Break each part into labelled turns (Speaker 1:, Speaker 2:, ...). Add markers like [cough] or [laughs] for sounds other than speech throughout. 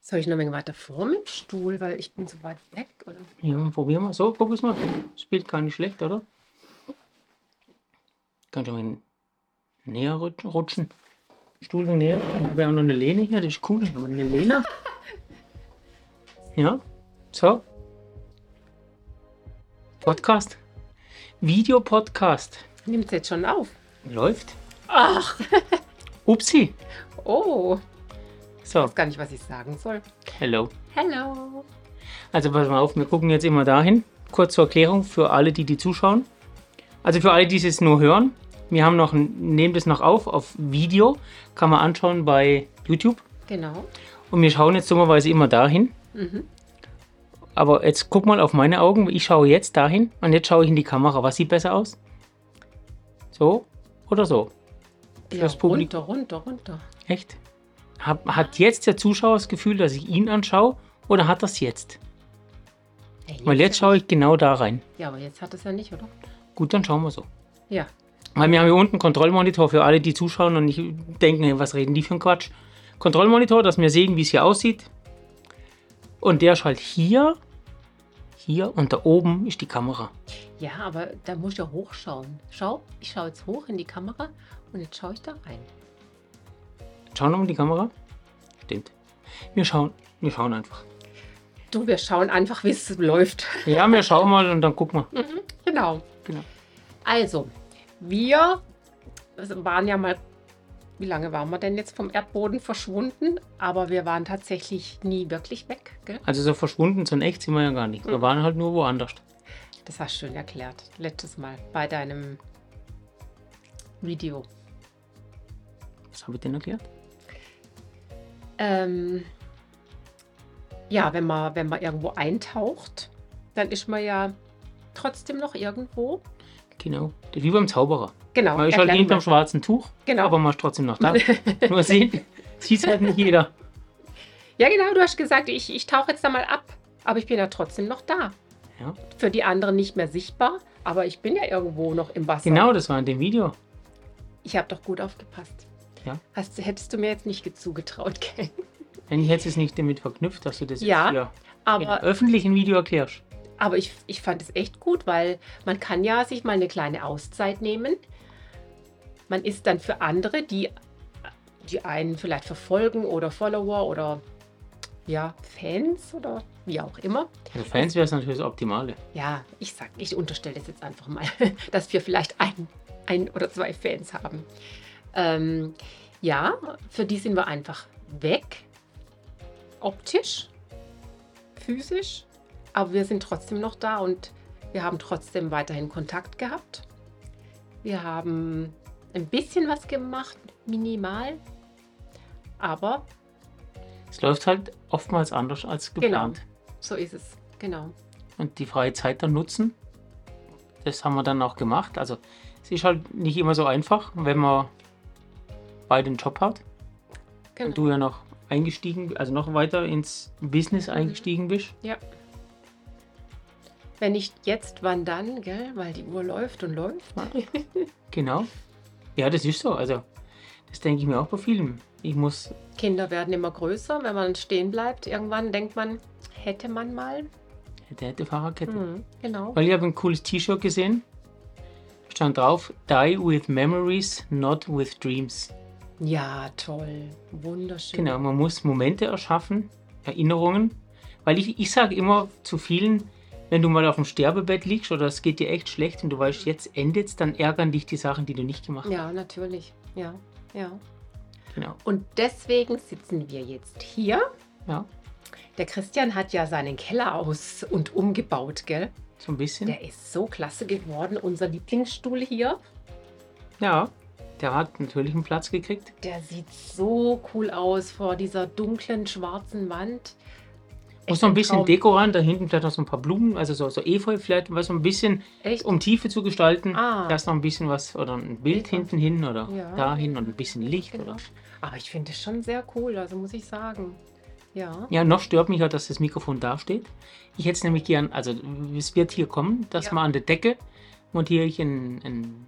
Speaker 1: Soll ich noch ein wenig weiter vor mit dem Stuhl, weil ich bin so weit weg, oder?
Speaker 2: Ja, probieren wir. So, guck es mal. Spielt gar nicht schlecht, oder? Kann schon mal näher rutsch- rutschen. Stuhl ging näher. Ich habe ja auch noch eine Lehne hier, das ist cool. Ich habe eine Lehne. Ja, so. Podcast. Videopodcast.
Speaker 1: Nimmt es jetzt schon auf.
Speaker 2: Läuft.
Speaker 1: Ach,
Speaker 2: Upsi.
Speaker 1: oh.
Speaker 2: So,
Speaker 1: Ich weiß gar nicht, was ich sagen soll.
Speaker 2: hello.
Speaker 1: Hello.
Speaker 2: Also pass mal auf, wir gucken jetzt immer dahin. Kurz zur Erklärung für alle, die die zuschauen. Also für alle, die es jetzt nur hören. Wir haben noch, ein- nehmen das noch auf auf Video. Kann man anschauen bei YouTube.
Speaker 1: Genau.
Speaker 2: Und wir schauen jetzt dummerweise immer dahin. Aber jetzt guck mal auf meine Augen. Ich schaue jetzt dahin und jetzt schaue ich in die Kamera. Was sieht besser aus? So oder so?
Speaker 1: Ja,
Speaker 2: Das Publikum-
Speaker 1: runter, runter, runter.
Speaker 2: Echt? Hab, hat jetzt der Zuschauer das Gefühl, dass ich ihn anschaue oder hat das jetzt?
Speaker 1: Ja,
Speaker 2: Weil jetzt
Speaker 1: ja.
Speaker 2: schaue ich genau da rein.
Speaker 1: Ja, aber jetzt hat es ja nicht, oder?
Speaker 2: Gut, dann schauen wir so.
Speaker 1: Ja.
Speaker 2: Weil wir haben hier unten einen Kontrollmonitor für alle, die zuschauen und nicht denken, hey, was reden die für einen Quatsch. Kontrollmonitor, dass wir sehen, wie es hier aussieht. Und der ist halt hier, hier und da oben ist die Kamera.
Speaker 1: Ja, aber da muss ich ja hochschauen. Schau, ich schaue jetzt hoch in die Kamera und jetzt schaue ich da rein.
Speaker 2: Schauen wir mal in die Kamera. Stimmt. Wir schauen, wir schauen einfach.
Speaker 1: Du, wir schauen einfach, wie es [laughs] läuft.
Speaker 2: Ja, wir schauen mal und dann gucken wir.
Speaker 1: Genau.
Speaker 2: Genau.
Speaker 1: Also, wir waren ja mal, wie lange waren wir denn jetzt vom Erdboden verschwunden? Aber wir waren tatsächlich nie wirklich weg. Gell?
Speaker 2: Also so verschwunden, so in echt sind wir ja gar nicht. Wir waren halt nur woanders.
Speaker 1: Das hast du schön erklärt, letztes Mal bei deinem Video.
Speaker 2: Was habe ich denn erklärt?
Speaker 1: Ähm, ja, wenn man, wenn man irgendwo eintaucht, dann ist man ja trotzdem noch irgendwo.
Speaker 2: Genau. Das ist wie beim Zauberer.
Speaker 1: Genau,
Speaker 2: Man ist halt
Speaker 1: erklärt
Speaker 2: hinterm
Speaker 1: man.
Speaker 2: schwarzen Tuch,
Speaker 1: genau.
Speaker 2: aber man ist trotzdem noch da. Nur sehen, sieht halt nicht jeder.
Speaker 1: Ja, genau, du hast gesagt, ich, ich tauche jetzt da mal ab, aber ich bin ja trotzdem noch da.
Speaker 2: Ja.
Speaker 1: Für die anderen nicht mehr sichtbar, aber ich bin ja irgendwo noch im Wasser.
Speaker 2: Genau, das war in dem Video.
Speaker 1: Ich habe doch gut aufgepasst.
Speaker 2: Ja.
Speaker 1: Hast, hättest du mir jetzt nicht zugetraut, [laughs] gell?
Speaker 2: Denn ich hätte es nicht damit verknüpft, dass du das
Speaker 1: Ja,
Speaker 2: jetzt hier in
Speaker 1: Aber,
Speaker 2: einem öffentlichen Video erklärst.
Speaker 1: aber ich, ich fand es echt gut, weil man kann ja sich mal eine kleine Auszeit nehmen. Man ist dann für andere, die, die einen vielleicht verfolgen oder Follower oder ja, Fans oder wie auch immer.
Speaker 2: Für Fans wäre es natürlich das Optimale.
Speaker 1: Ja, ich sag, ich unterstelle das jetzt einfach mal, [laughs] dass wir vielleicht ein, ein oder zwei Fans haben. Ähm, ja, für die sind wir einfach weg. Optisch, physisch, aber wir sind trotzdem noch da und wir haben trotzdem weiterhin Kontakt gehabt. Wir haben ein bisschen was gemacht, minimal, aber
Speaker 2: Es läuft halt oftmals anders als
Speaker 1: Genau.
Speaker 2: geplant.
Speaker 1: so ist es, genau.
Speaker 2: und die freie Zeit dann nutzen. Das haben wir dann auch gemacht. Also es ist halt nicht immer so einfach, wenn man beide einen Job hat
Speaker 1: genau.
Speaker 2: und du ja noch eingestiegen, also noch weiter ins Business
Speaker 1: Mhm.
Speaker 2: eingestiegen bist.
Speaker 1: Ja. Wenn nicht jetzt, wann dann, gell? Weil die Uhr läuft und läuft.
Speaker 2: Genau. Ja, das ist so. Also das denke ich mir auch bei vielen. Ich muss,
Speaker 1: Kinder werden immer größer. Wenn man stehen bleibt, irgendwann denkt man, hätte man mal.
Speaker 2: hätte, hätte Fahrerkette.
Speaker 1: Mhm, genau.
Speaker 2: Weil ich habe ein cooles T-Shirt gesehen. Stand drauf, die with memories, not with dreams.
Speaker 1: Ja, toll. Wunderschön.
Speaker 2: Genau, man muss Momente erschaffen, Erinnerungen. Weil ich, ich sage immer zu vielen, wenn du mal auf dem Sterbebett liegst oder es geht dir echt schlecht und du weißt, jetzt endet's, dann ärgern dich die Sachen, die du nicht gemacht hast.
Speaker 1: Ja, natürlich. Ja, ja.
Speaker 2: Genau.
Speaker 1: Und deswegen sitzen wir jetzt hier.
Speaker 2: Ja,
Speaker 1: Der Christian hat ja seinen Keller aus und umgebaut, gell?
Speaker 2: so ein bisschen.
Speaker 1: Der ist so klasse geworden. Unser Lieblingsstuhl hier.
Speaker 2: ja, der hat natürlich einen Platz gekriegt.
Speaker 1: Der sieht so cool aus vor dieser dunklen, schwarzen Wand.
Speaker 2: Muss
Speaker 1: Echt
Speaker 2: noch ein
Speaker 1: ein
Speaker 2: bisschen
Speaker 1: Traum.
Speaker 2: Deko ran, da hinten vielleicht noch so ein paar Blumen, also so, so Efeu vielleicht, was so ein bisschen,
Speaker 1: Echt?
Speaker 2: um Tiefe zu gestalten,
Speaker 1: Ah.
Speaker 2: da ist noch ein bisschen was oder ein Bild
Speaker 1: Deko.
Speaker 2: hinten hin oder
Speaker 1: Ja.
Speaker 2: dahin und ein bisschen Licht.
Speaker 1: Genau.
Speaker 2: Oder.
Speaker 1: Aber ich finde es schon sehr cool, also muss ich sagen. Ja.
Speaker 2: Ja, noch stört mich halt, dass das Mikrofon da steht. Ich hätte es nämlich gern, also es wird hier kommen, dass
Speaker 1: Ja.
Speaker 2: man an der Decke montiere ich ein, ein,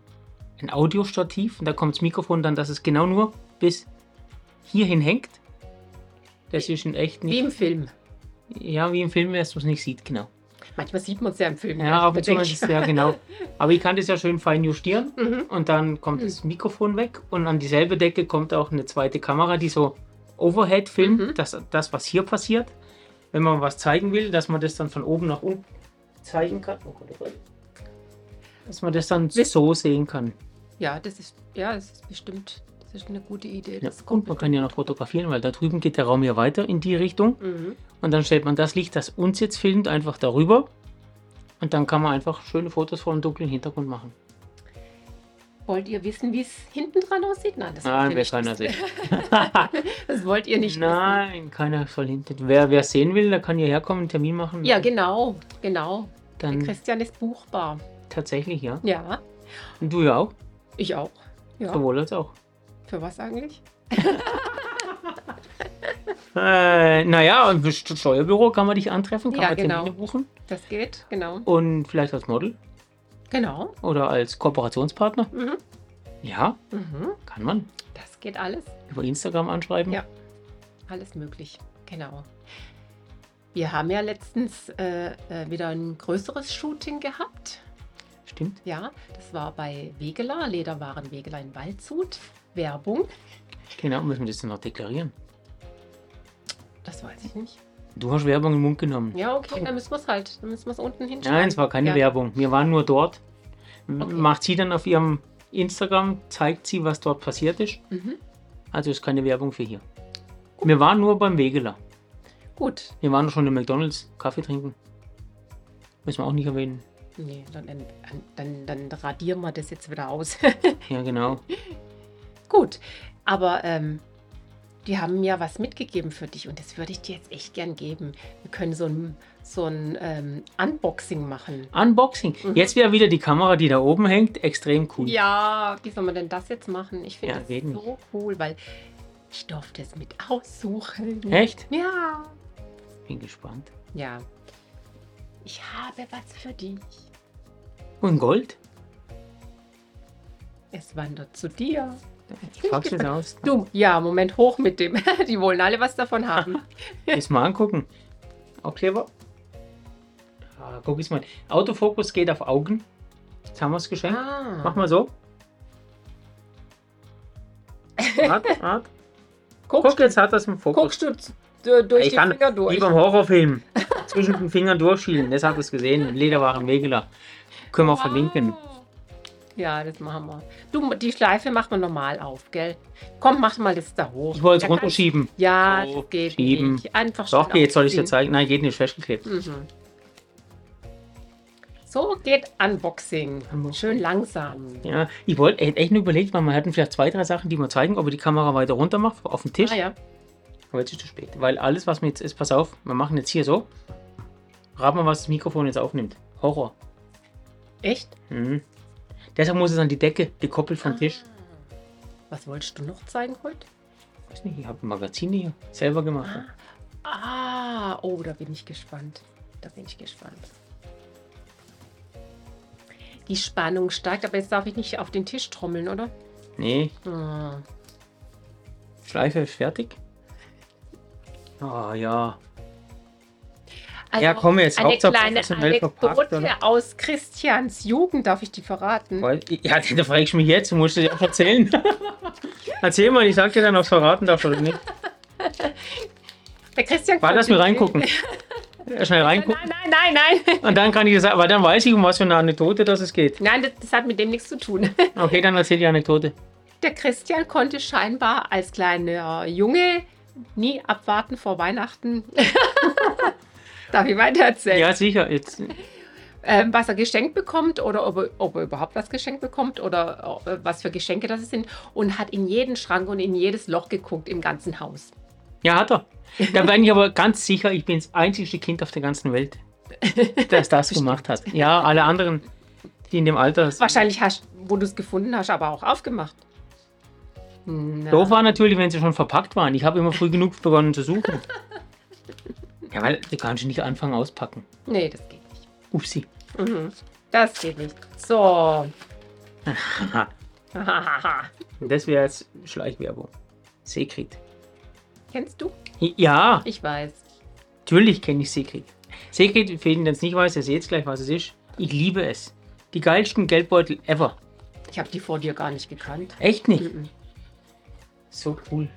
Speaker 2: ein Audiostativ und da kommt das Mikrofon dann, dass es genau nur bis hierhin hängt. Das ist in echt
Speaker 1: Wie
Speaker 2: nicht.
Speaker 1: im Film.
Speaker 2: Ja, wie im Film, wer es nicht sieht, genau.
Speaker 1: Manchmal sieht man es ja im Film.
Speaker 2: Ja, ab
Speaker 1: Da
Speaker 2: und zu
Speaker 1: denk
Speaker 2: ist
Speaker 1: ich, Mhm.
Speaker 2: es ja genau. Aber ich kann das ja schön fein justieren
Speaker 1: [laughs]
Speaker 2: und dann kommt das Mikrofon weg und an dieselbe Decke kommt auch eine zweite Kamera, die so Overhead filmt,
Speaker 1: Mhm.
Speaker 2: das, das, was hier passiert. Wenn man was zeigen will, dass man das dann von oben nach unten zeigen kann. Oh Gott, oh Gott. Dass man das dann
Speaker 1: Wisst-
Speaker 2: so sehen kann.
Speaker 1: Ja, das ist, ja, das ist bestimmt das ist eine gute Idee.
Speaker 2: Ja,
Speaker 1: Das
Speaker 2: und man kann ja noch fotografieren, weil da drüben geht der Raum ja weiter in die Richtung.
Speaker 1: Mhm.
Speaker 2: Und dann stellt man das Licht, das uns jetzt filmt, einfach darüber. Und dann kann man einfach schöne Fotos vor einem dunklen Hintergrund machen.
Speaker 1: Wollt ihr wissen, wie es hinten dran aussieht? Nein, das, wollt
Speaker 2: Nein,
Speaker 1: ihr
Speaker 2: wer
Speaker 1: nicht
Speaker 2: keiner sehen.
Speaker 1: wissen. das wollt ihr nicht
Speaker 2: Nein, keiner soll hinter. Wer, wer sehen will, der kann hierher kommen, einen Termin machen.
Speaker 1: wissen. Ja, genau, genau. Der
Speaker 2: Dann
Speaker 1: Christian ist buchbar.
Speaker 2: tatsächlich, ja.
Speaker 1: Ja,
Speaker 2: Und du ja auch.
Speaker 1: ich auch. Ja.
Speaker 2: Sowohl als auch.
Speaker 1: Für was eigentlich?
Speaker 2: Äh, naja, im St- Steuerbüro kann man dich antreffen, kann
Speaker 1: Ja,
Speaker 2: man
Speaker 1: genau.
Speaker 2: Termine buchen.
Speaker 1: Das geht, genau.
Speaker 2: Und vielleicht als Model
Speaker 1: Genau.
Speaker 2: oder als Kooperationspartner.
Speaker 1: Mhm.
Speaker 2: Ja,
Speaker 1: Mhm.
Speaker 2: kann man.
Speaker 1: Das geht alles.
Speaker 2: Über Instagram anschreiben.
Speaker 1: Ja. Alles möglich. Genau. Wir haben ja letztens äh, äh, wieder ein größeres Shooting gehabt.
Speaker 2: Stimmt.
Speaker 1: Ja, das war bei Wegeler, Lederwaren Wegeler in Waldshut. Werbung,
Speaker 2: Genau, müssen wir das dann noch deklarieren.
Speaker 1: das weiß ich nicht.
Speaker 2: Du hast Werbung im Mund genommen.
Speaker 1: Ja, okay, dann müssen wir es halt, dann müssen wir es unten hinschreiben.
Speaker 2: Oh. Nein, es war keine
Speaker 1: ja.
Speaker 2: Werbung. Wir waren nur dort. M-
Speaker 1: Okay.
Speaker 2: Macht sie dann auf ihrem Instagram, zeigt sie, was dort passiert ist.
Speaker 1: Mhm.
Speaker 2: Also ist keine Werbung für hier. Wir waren nur beim Wegeler.
Speaker 1: Gut,
Speaker 2: Wir waren schon im McDonalds Kaffee trinken. Müssen wir auch nicht erwähnen.
Speaker 1: nee, dann, dann, dann, dann radieren wir das jetzt wieder aus. [laughs]
Speaker 2: Ja, genau.
Speaker 1: Gut, aber ähm, die haben ja was mitgegeben für dich und das würde ich dir jetzt echt gern geben. Wir können so ein, so ein ähm, Unboxing machen.
Speaker 2: Unboxing. Jetzt wäre wieder die Kamera, die da oben hängt, extrem cool.
Speaker 1: Mhm. Ja, wie soll man denn das jetzt machen? Ich finde
Speaker 2: Ja,
Speaker 1: das
Speaker 2: reden.
Speaker 1: so cool, weil ich durfte es mit aussuchen.
Speaker 2: Echt?
Speaker 1: Ja.
Speaker 2: Bin gespannt.
Speaker 1: Ja. Ich habe was für dich.
Speaker 2: Und Gold?
Speaker 1: Es wandert zu dir.
Speaker 2: Ich pack's jetzt aus.
Speaker 1: Du, ja, Moment, hoch mit dem. [laughs] Die wollen alle was davon
Speaker 2: [laughs]
Speaker 1: haben.
Speaker 2: Jetzt mal angucken. Auch clever. Ah, guck ich's mal. Autofokus geht auf Augen. Jetzt haben wir es geschenkt.
Speaker 1: Ah.
Speaker 2: Mach mal so.
Speaker 1: [laughs]
Speaker 2: Wart, wart. Guck,
Speaker 1: Guckst,
Speaker 2: jetzt hat das im Fokus.
Speaker 1: guckst du z- d- durch
Speaker 2: ich
Speaker 1: die
Speaker 2: kann
Speaker 1: Finger durch.
Speaker 2: wie beim Horrorfilm zwischen den Fingern durchschielen. Das hat es gesehen. Lederwaren Wegeler. Können wir
Speaker 1: Wow.
Speaker 2: verlinken.
Speaker 1: Ja, das machen wir. Du, die Schleife macht man normal auf, gell? Komm, mach mal das da hoch.
Speaker 2: Ich wollte
Speaker 1: Ah, Da
Speaker 2: es
Speaker 1: kannst-
Speaker 2: runterschieben.
Speaker 1: Ja,
Speaker 2: So,
Speaker 1: das geht
Speaker 2: schieben.
Speaker 1: nicht. Einfach
Speaker 2: Doch,
Speaker 1: schnell
Speaker 2: geht, soll ich dir
Speaker 1: aufziehen.
Speaker 2: zeigen? Nein, geht nicht, festgeklebt.
Speaker 1: Mhm. So geht Unboxing.
Speaker 2: Unboxing.
Speaker 1: Schön langsam.
Speaker 2: Ja, ich wollte ich hätte echt nur überlegt, weil wir hatten vielleicht zwei, drei Sachen, die wir zeigen, ob wir die Kamera weiter runter macht, auf den Tisch.
Speaker 1: Ah, ja.
Speaker 2: Aber jetzt ist zu spät. Weil alles, was mir jetzt ist, pass auf, wir machen jetzt hier so. Rat mal, was das Mikrofon jetzt aufnimmt. Horror.
Speaker 1: Echt?
Speaker 2: Mhm. Deshalb muss es an die Decke, gekoppelt
Speaker 1: Ah.
Speaker 2: vom Tisch.
Speaker 1: Was wolltest du noch zeigen heute?
Speaker 2: Weiß nicht, ich habe Magazine hier selber gemacht.
Speaker 1: Ah, oh, da bin ich gespannt. Da bin ich gespannt. Die Spannung steigt, aber jetzt darf ich nicht auf den Tisch trommeln, oder?
Speaker 2: Nee,
Speaker 1: Hm.
Speaker 2: Schleife ist fertig. Ah ja.
Speaker 1: Also,
Speaker 2: Ja, komm jetzt,
Speaker 1: Eine
Speaker 2: Hauptsache
Speaker 1: kleine
Speaker 2: professionell verpackt,
Speaker 1: Anekdote
Speaker 2: oder?
Speaker 1: aus Christians Jugend, darf ich die verraten?
Speaker 2: Weil, ja, [laughs] da frage ich mich jetzt, du musst es ja auch erzählen. [laughs] Erzähl mal, ich sag dir dann, ob es verraten darf oder nicht.
Speaker 1: Der Christian
Speaker 2: War das
Speaker 1: konnte-
Speaker 2: mir reingucken?
Speaker 1: [laughs]
Speaker 2: Ja, Schnell reingucken.
Speaker 1: Nein, nein, nein, nein. [laughs]
Speaker 2: Und dann kann ich das, aber dann weiß ich, um was für eine Anekdote das es geht.
Speaker 1: Nein, das, das hat mit dem nichts zu tun.
Speaker 2: Okay, dann erzähl die Anekdote.
Speaker 1: Der Christian konnte scheinbar als kleiner Junge nie abwarten vor Weihnachten. [laughs] Darf ich weiter erzählen?
Speaker 2: Ja, sicher. Jetzt,
Speaker 1: Ähm, was er geschenkt bekommt oder ob er, ob er überhaupt was geschenkt bekommt oder äh, was für Geschenke das sind und hat in jeden Schrank und in jedes Loch geguckt im ganzen Haus.
Speaker 2: ja, hat er. Da bin ich aber ganz sicher, ich bin das einzige Kind auf der ganzen Welt, das das gemacht hat. Ja, alle anderen, die in dem Alter
Speaker 1: Wahrscheinlich hast, wo du es gefunden hast, aber auch aufgemacht. Na,
Speaker 2: Doof war natürlich, wenn sie schon verpackt waren. Ich habe immer früh genug begonnen zu suchen. Ja, weil du kannst nicht anfangen auspacken.
Speaker 1: Nee, das geht nicht.
Speaker 2: Upsi.
Speaker 1: Mhm. Das geht nicht. So. [laughs]
Speaker 2: Haha.
Speaker 1: Hahaha.
Speaker 2: Das wäre jetzt Schleichwerbung. Sekret.
Speaker 1: Kennst du?
Speaker 2: Ja,
Speaker 1: Ich weiß.
Speaker 2: natürlich kenne ich Secret. Secret, für jeden, der es nicht weiß, ihr seht gleich, was es ist. Ich liebe es. Die geilsten Geldbeutel ever.
Speaker 1: Ich habe die vor dir gar nicht gekannt.
Speaker 2: Echt nicht?
Speaker 1: Mhm.
Speaker 2: So cool.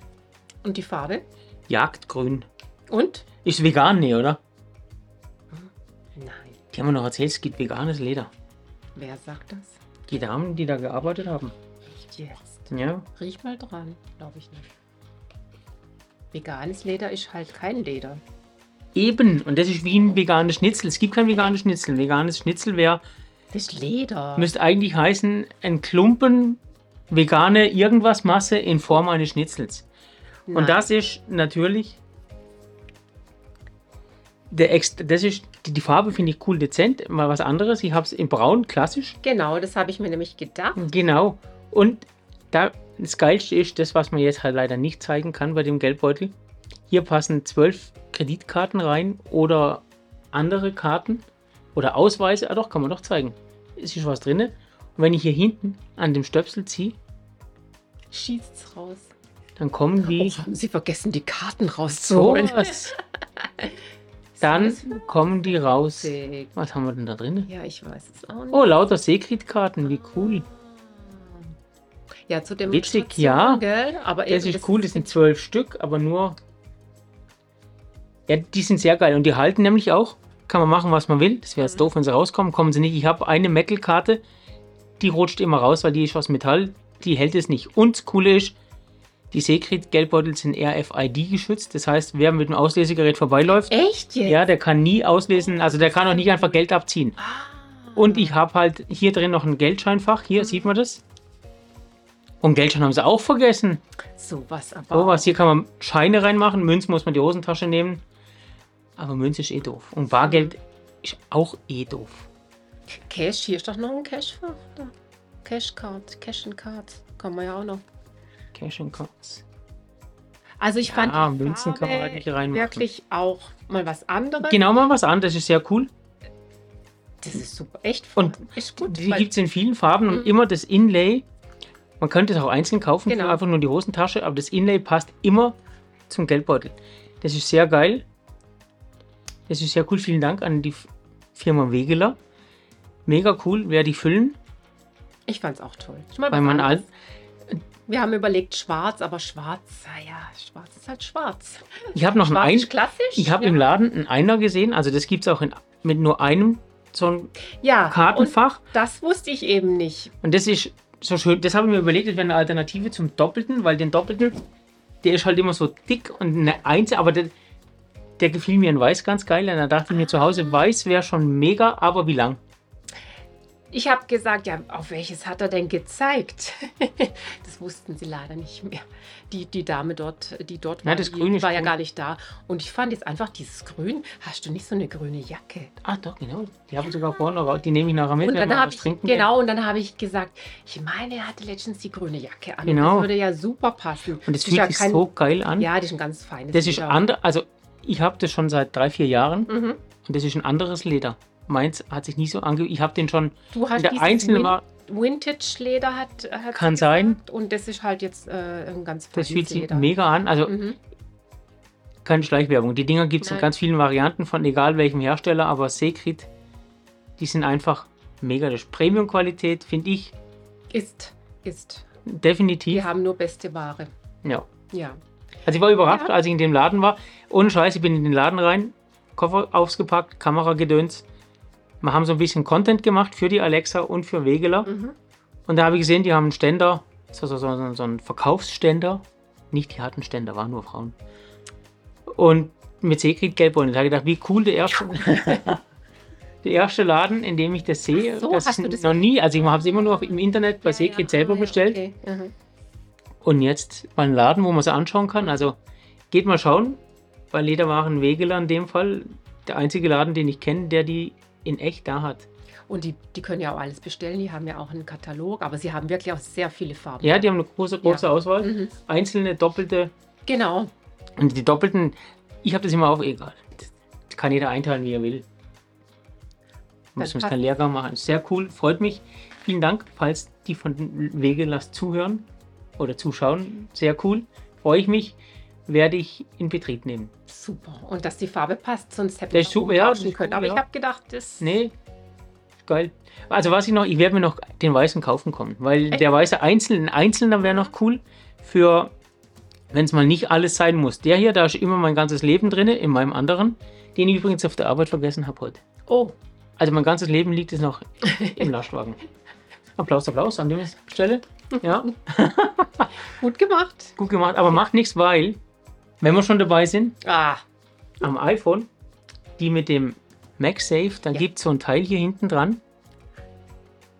Speaker 1: Und die Farbe?
Speaker 2: Jagdgrün.
Speaker 1: Und?
Speaker 2: Ist vegan, nee, oder?
Speaker 1: Nein.
Speaker 2: Die haben mir noch erzählt, es gibt veganes Leder.
Speaker 1: Wer sagt das?
Speaker 2: Die Damen, die da gearbeitet haben.
Speaker 1: Nicht jetzt.
Speaker 2: Ja.
Speaker 1: Riech mal dran. Glaube ich nicht. Veganes Leder ist halt kein Leder.
Speaker 2: Eben. Und das ist wie ein veganes Schnitzel. Es gibt kein veganes Schnitzel. Ein veganes Schnitzel wäre,
Speaker 1: Das ist Leder.
Speaker 2: müsste eigentlich heißen, ein Klumpen vegane irgendwas Masse in Form eines Schnitzels.
Speaker 1: Nein.
Speaker 2: Und das ist natürlich. Der Ext das ist, die, die Farbe finde ich cool dezent, mal was anderes. Ich habe es in braun, klassisch.
Speaker 1: Genau, das habe ich mir nämlich gedacht.
Speaker 2: Genau. Und da, das Geilste ist das, was man jetzt halt leider nicht zeigen kann bei dem Geldbeutel. Hier passen zwölf Kreditkarten rein oder andere Karten oder Ausweise. Ah doch, kann man doch zeigen. Es ist was drin. Und wenn ich hier hinten an dem Stöpsel ziehe,
Speaker 1: Schießt's raus.
Speaker 2: dann kommen die.
Speaker 1: Oh, haben Sie vergessen, die Karten
Speaker 2: So
Speaker 1: rauszuholen?
Speaker 2: was. Dann kommen die raus.
Speaker 1: Sick.
Speaker 2: Was haben wir denn da drin?
Speaker 1: Ja, ich weiß es auch nicht.
Speaker 2: Oh, lauter Seekreditkarten, wie cool.
Speaker 1: Ja, zu dem
Speaker 2: Oh, Witzig, ja. also
Speaker 1: Gell? Aber
Speaker 2: Das
Speaker 1: eben,
Speaker 2: ist cool, das sind zwölf Stück, aber nur. Ja, die sind sehr geil und die halten nämlich auch. Kann man machen, was man will. Das wäre jetzt doof, wenn sie rauskommen. Kommen sie nicht. Ich habe eine Metal-Karte, die rutscht immer raus, weil die ist aus Metall. Die hält es nicht. Und das Coole ist, die Secret-Geldbeutel sind RFID geschützt. Das heißt, wer mit dem Auslesegerät vorbeiläuft,
Speaker 1: Echt jetzt?
Speaker 2: ja, der kann nie auslesen. Also der kann auch nicht einfach Geld abziehen. Und ich habe halt hier drin noch ein Geldscheinfach. Hier sieht man das. Und Geldschein haben sie auch vergessen.
Speaker 1: Sowas aber.
Speaker 2: So was, hier kann man Scheine reinmachen, Münzen muss man die Hosentasche nehmen. Aber Münze ist eh doof. Und Bargeld ist auch eh doof.
Speaker 1: Cash, hier ist doch noch ein Cash-Fach. da. Cash-Card, Cash-and-Card. Kann man ja auch noch.
Speaker 2: Cash and Cards.
Speaker 1: Also ich fand
Speaker 2: Ah,
Speaker 1: die
Speaker 2: Münzen kann man
Speaker 1: Farbe
Speaker 2: eigentlich reinmachen.
Speaker 1: wirklich auch mal was anderes.
Speaker 2: Genau mal was an, das ist sehr cool.
Speaker 1: Das ist super. Echt voll.
Speaker 2: Und
Speaker 1: ist gut.
Speaker 2: die
Speaker 1: weil- Mhm.
Speaker 2: gibt es in vielen Farben und immer das Inlay. Man könnte es auch einzeln kaufen,
Speaker 1: Genau.
Speaker 2: für einfach nur die Hosentasche, aber das Inlay passt immer zum Geldbeutel. Das ist sehr geil. Das ist sehr cool. Vielen Dank an die F- Firma Wegeler. Mega cool, werde ich füllen.
Speaker 1: ich fand's auch toll. Ist mal
Speaker 2: Weil
Speaker 1: was
Speaker 2: man
Speaker 1: anderes.
Speaker 2: all,
Speaker 1: Wir haben überlegt, schwarz, aber schwarz, naja, schwarz ist halt schwarz.
Speaker 2: ich habe noch ein,
Speaker 1: Schwarz
Speaker 2: ein,
Speaker 1: ist klassisch.
Speaker 2: Ich habe im Laden einen Einer gesehen, also das gibt es auch in, mit nur einem so ein
Speaker 1: ja, Und
Speaker 2: Kartenfach. Und,
Speaker 1: das wusste ich eben nicht.
Speaker 2: das ist so schön, das habe ich mir überlegt, das wäre eine Alternative zum Doppelten, weil den Doppelten, der ist halt immer so dick und eine Eins, aber der, der gefiel mir in Weiß ganz geil. Und da dachte ich mir zu Hause, Weiß wäre schon mega, aber wie lang?
Speaker 1: Ich habe gesagt, ja, auf welches hat er denn gezeigt? [laughs] das wussten sie leider nicht mehr. Die, die Dame dort, die dort
Speaker 2: Na,
Speaker 1: war,
Speaker 2: das
Speaker 1: die
Speaker 2: Grün ist
Speaker 1: war ja
Speaker 2: cool.
Speaker 1: gar nicht da. Und ich fand jetzt einfach dieses Grün, hast du nicht so eine grüne Jacke?
Speaker 2: Ah doch, genau. Die habe ich sogar vorne raus, die nehme ich nachher mit,
Speaker 1: Und
Speaker 2: wenn
Speaker 1: dann
Speaker 2: wir
Speaker 1: habe
Speaker 2: was
Speaker 1: ich,
Speaker 2: trinken. gehen.
Speaker 1: genau, und dann habe ich gesagt, ich meine, er hatte letztens die grüne Jacke an.
Speaker 2: Genau.
Speaker 1: Das würde ja super passen.
Speaker 2: Und das
Speaker 1: ist
Speaker 2: fühlt
Speaker 1: ja
Speaker 2: sich
Speaker 1: kein-
Speaker 2: so geil an.
Speaker 1: Ja, das ist ein ganz feines
Speaker 2: das ist
Speaker 1: Leder.
Speaker 2: anders, also ich habe das schon seit drei, vier Jahren
Speaker 1: Mhm.
Speaker 2: und das ist ein anderes Leder. Meins hat sich nie so ange... Ich habe den schon
Speaker 1: Du
Speaker 2: in
Speaker 1: hast
Speaker 2: der
Speaker 1: dieses
Speaker 2: einzelnen...
Speaker 1: Win-
Speaker 2: War,
Speaker 1: Vintage-Leder hat, hat
Speaker 2: Kann
Speaker 1: sie
Speaker 2: sein.
Speaker 1: gesagt. Und das ist halt jetzt äh, ein ganz
Speaker 2: Das
Speaker 1: feines
Speaker 2: fühlt sich
Speaker 1: Leder.
Speaker 2: mega an. Also
Speaker 1: Mhm.
Speaker 2: keine Schleichwerbung. Die Dinger gibt es in
Speaker 1: Nein.
Speaker 2: ganz vielen Varianten von egal welchem Hersteller, aber Secret, die sind einfach mega. Das ist Premium-Qualität finde ich
Speaker 1: Ist, ist. Wir
Speaker 2: definitiv.
Speaker 1: haben nur beste Ware.
Speaker 2: Ja.
Speaker 1: Ja.
Speaker 2: Also ich war überrascht,
Speaker 1: Ja.
Speaker 2: als ich in dem Laden war. Ohne Scheiß, ich bin in den Laden rein, Koffer ausgepackt, Kamera gedöns. Wir haben so ein bisschen Content gemacht für die Alexa und für Wegeler.
Speaker 1: Mhm.
Speaker 2: Und da habe ich gesehen, die haben einen Ständer, so, so, so, so, so einen Verkaufsständer. Nicht die harten Ständer, waren nur Frauen. Und mit Secret Geldbeutel. Da habe ich gedacht, wie cool
Speaker 1: [laughs]
Speaker 2: der erste, der erste Laden, in dem ich das sehe.
Speaker 1: Ach so,
Speaker 2: das
Speaker 1: hast
Speaker 2: ist
Speaker 1: du das-
Speaker 2: noch nie. Also ich habe es immer nur auf- im Internet bei Secret selber bestellt.
Speaker 1: Okay. Mhm.
Speaker 2: Und jetzt mal einen Laden, wo man es anschauen kann. Also geht mal schauen. Bei Lederwaren Wegeler in dem Fall der einzige Laden, den ich kenne, der die in echt da hat.
Speaker 1: Und die, die können ja auch alles bestellen. Die haben ja auch einen Katalog, aber sie haben wirklich auch sehr viele Farben.
Speaker 2: Ja, die haben eine große, große
Speaker 1: Ja.
Speaker 2: Auswahl.
Speaker 1: Mhm.
Speaker 2: Einzelne, doppelte.
Speaker 1: Genau.
Speaker 2: Und die doppelten, ich habe das immer auf egal. Das kann jeder einteilen, wie er will. Muss
Speaker 1: Dann
Speaker 2: uns
Speaker 1: passt-
Speaker 2: keinen Lehrgang machen. Sehr cool, freut mich. Vielen Dank, falls die von Wegelast zuhören oder zuschauen. Sehr cool, freue ich mich. werde ich in Betrieb nehmen.
Speaker 1: Super. Und dass die Farbe passt, sonst hätte
Speaker 2: Der
Speaker 1: ich
Speaker 2: ist
Speaker 1: noch
Speaker 2: super, ja,
Speaker 1: umtauschen
Speaker 2: das ist
Speaker 1: können.
Speaker 2: cool,
Speaker 1: Aber
Speaker 2: ja.
Speaker 1: ich habe gedacht, das
Speaker 2: Nee, geil. Also was ich noch, ich werde mir noch den weißen kaufen kommen, weil
Speaker 1: Echt?
Speaker 2: der weiße einzeln, ein einzelner wäre noch cool für, wenn es mal nicht alles sein muss. Der hier, da ist immer mein ganzes Leben drin, in meinem anderen, den ich übrigens auf der Arbeit vergessen habe heute.
Speaker 1: Oh,
Speaker 2: Also mein ganzes Leben liegt es noch im Lastwagen. Applaus, Applaus an der Stelle. Ja,
Speaker 1: gut gemacht.
Speaker 2: gut gemacht, aber macht nichts, weil, wenn wir schon dabei sind,
Speaker 1: Ah,
Speaker 2: am iPhone, die mit dem MagSafe, da
Speaker 1: Ja.
Speaker 2: gibt es so ein Teil hier hinten dran.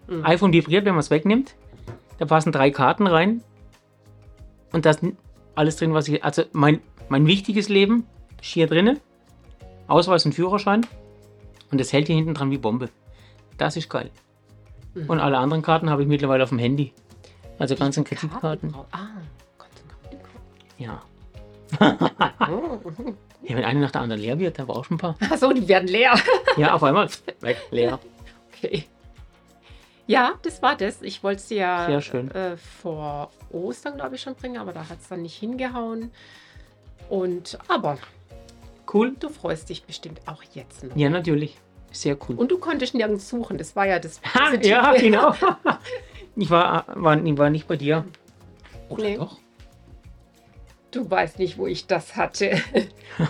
Speaker 1: Mhm.
Speaker 2: iPhone vibriert, wenn man es wegnimmt. Da passen drei Karten rein. Und da ist n- alles drin, was ich. Also mein, mein wichtiges Leben ist hier drinne. Ausweis und Führerschein. Und das hält hier hinten dran wie Bombe. Das ist geil. Und alle anderen Karten habe ich mittlerweile auf dem Handy. Also ganzen Kreditkarten.
Speaker 1: Kartenbrau- Ah, Kartenbrau-
Speaker 2: Ja.
Speaker 1: Oh. [laughs] mhm.
Speaker 2: ja. Wenn eine nach der anderen leer wird, da war auch schon ein paar.
Speaker 1: Ach so, die werden leer. [laughs]
Speaker 2: Ja, auf einmal. Weg, leer.
Speaker 1: Okay. Ja, das war das. Ich wollte es ja
Speaker 2: Sehr schön.
Speaker 1: Äh, vor Ostern, glaube ich, schon bringen, aber da hat es dann nicht hingehauen. Und aber
Speaker 2: Cool.
Speaker 1: du freust dich bestimmt auch jetzt noch.
Speaker 2: Ja, natürlich. Sehr [laughs] cool.
Speaker 1: Und du konntest nirgends suchen. Das war ja das.
Speaker 2: ha,
Speaker 1: Positive.
Speaker 2: ja, genau. Ich war, war, ich war nicht bei dir. Oder
Speaker 1: Nee.
Speaker 2: doch?
Speaker 1: Du weißt nicht, wo ich das hatte.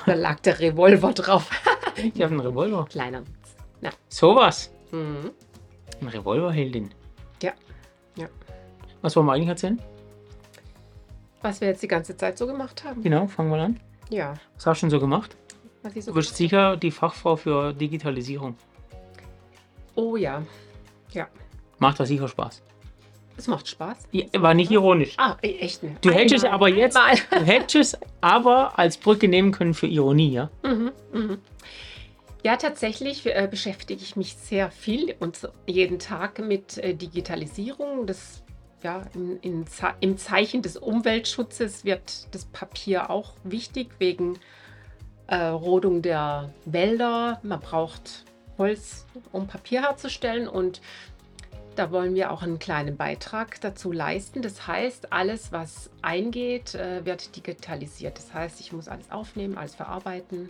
Speaker 1: da lag der Revolver drauf.
Speaker 2: Ich habe einen Revolver.
Speaker 1: Kleiner. Na.
Speaker 2: Sowas.
Speaker 1: Mhm.
Speaker 2: Eine Revolverheldin.
Speaker 1: Ja. Ja.
Speaker 2: Was wollen wir eigentlich erzählen?
Speaker 1: Was wir jetzt die ganze Zeit so gemacht haben.
Speaker 2: Genau, fangen wir an.
Speaker 1: Ja.
Speaker 2: Was hast du schon so gemacht?
Speaker 1: Was ich so
Speaker 2: Du wirst
Speaker 1: gemacht
Speaker 2: sicher die Fachfrau für Digitalisierung.
Speaker 1: habe. Oh ja. Ja.
Speaker 2: Macht das sicher Spaß.
Speaker 1: Es macht Spaß.
Speaker 2: Ja, war nicht ironisch.
Speaker 1: Ah, e- echt. ne?
Speaker 2: Du hättest
Speaker 1: Einmal,
Speaker 2: aber jetzt,
Speaker 1: einmal. [laughs]
Speaker 2: du hättest aber als Brücke nehmen können für Ironie, ja?
Speaker 1: Mhm, mhm. Ja, tatsächlich äh, beschäftige ich mich sehr viel und so jeden Tag mit äh, Digitalisierung. Das, ja, in, in, Ze- Im Zeichen des Umweltschutzes wird das Papier auch wichtig wegen äh, Rodung der Wälder. Man braucht Holz, um Papier herzustellen und da wollen wir auch einen kleinen Beitrag dazu leisten. Das heißt, alles, was eingeht, äh, wird digitalisiert. Das heißt, ich muss alles aufnehmen, alles verarbeiten.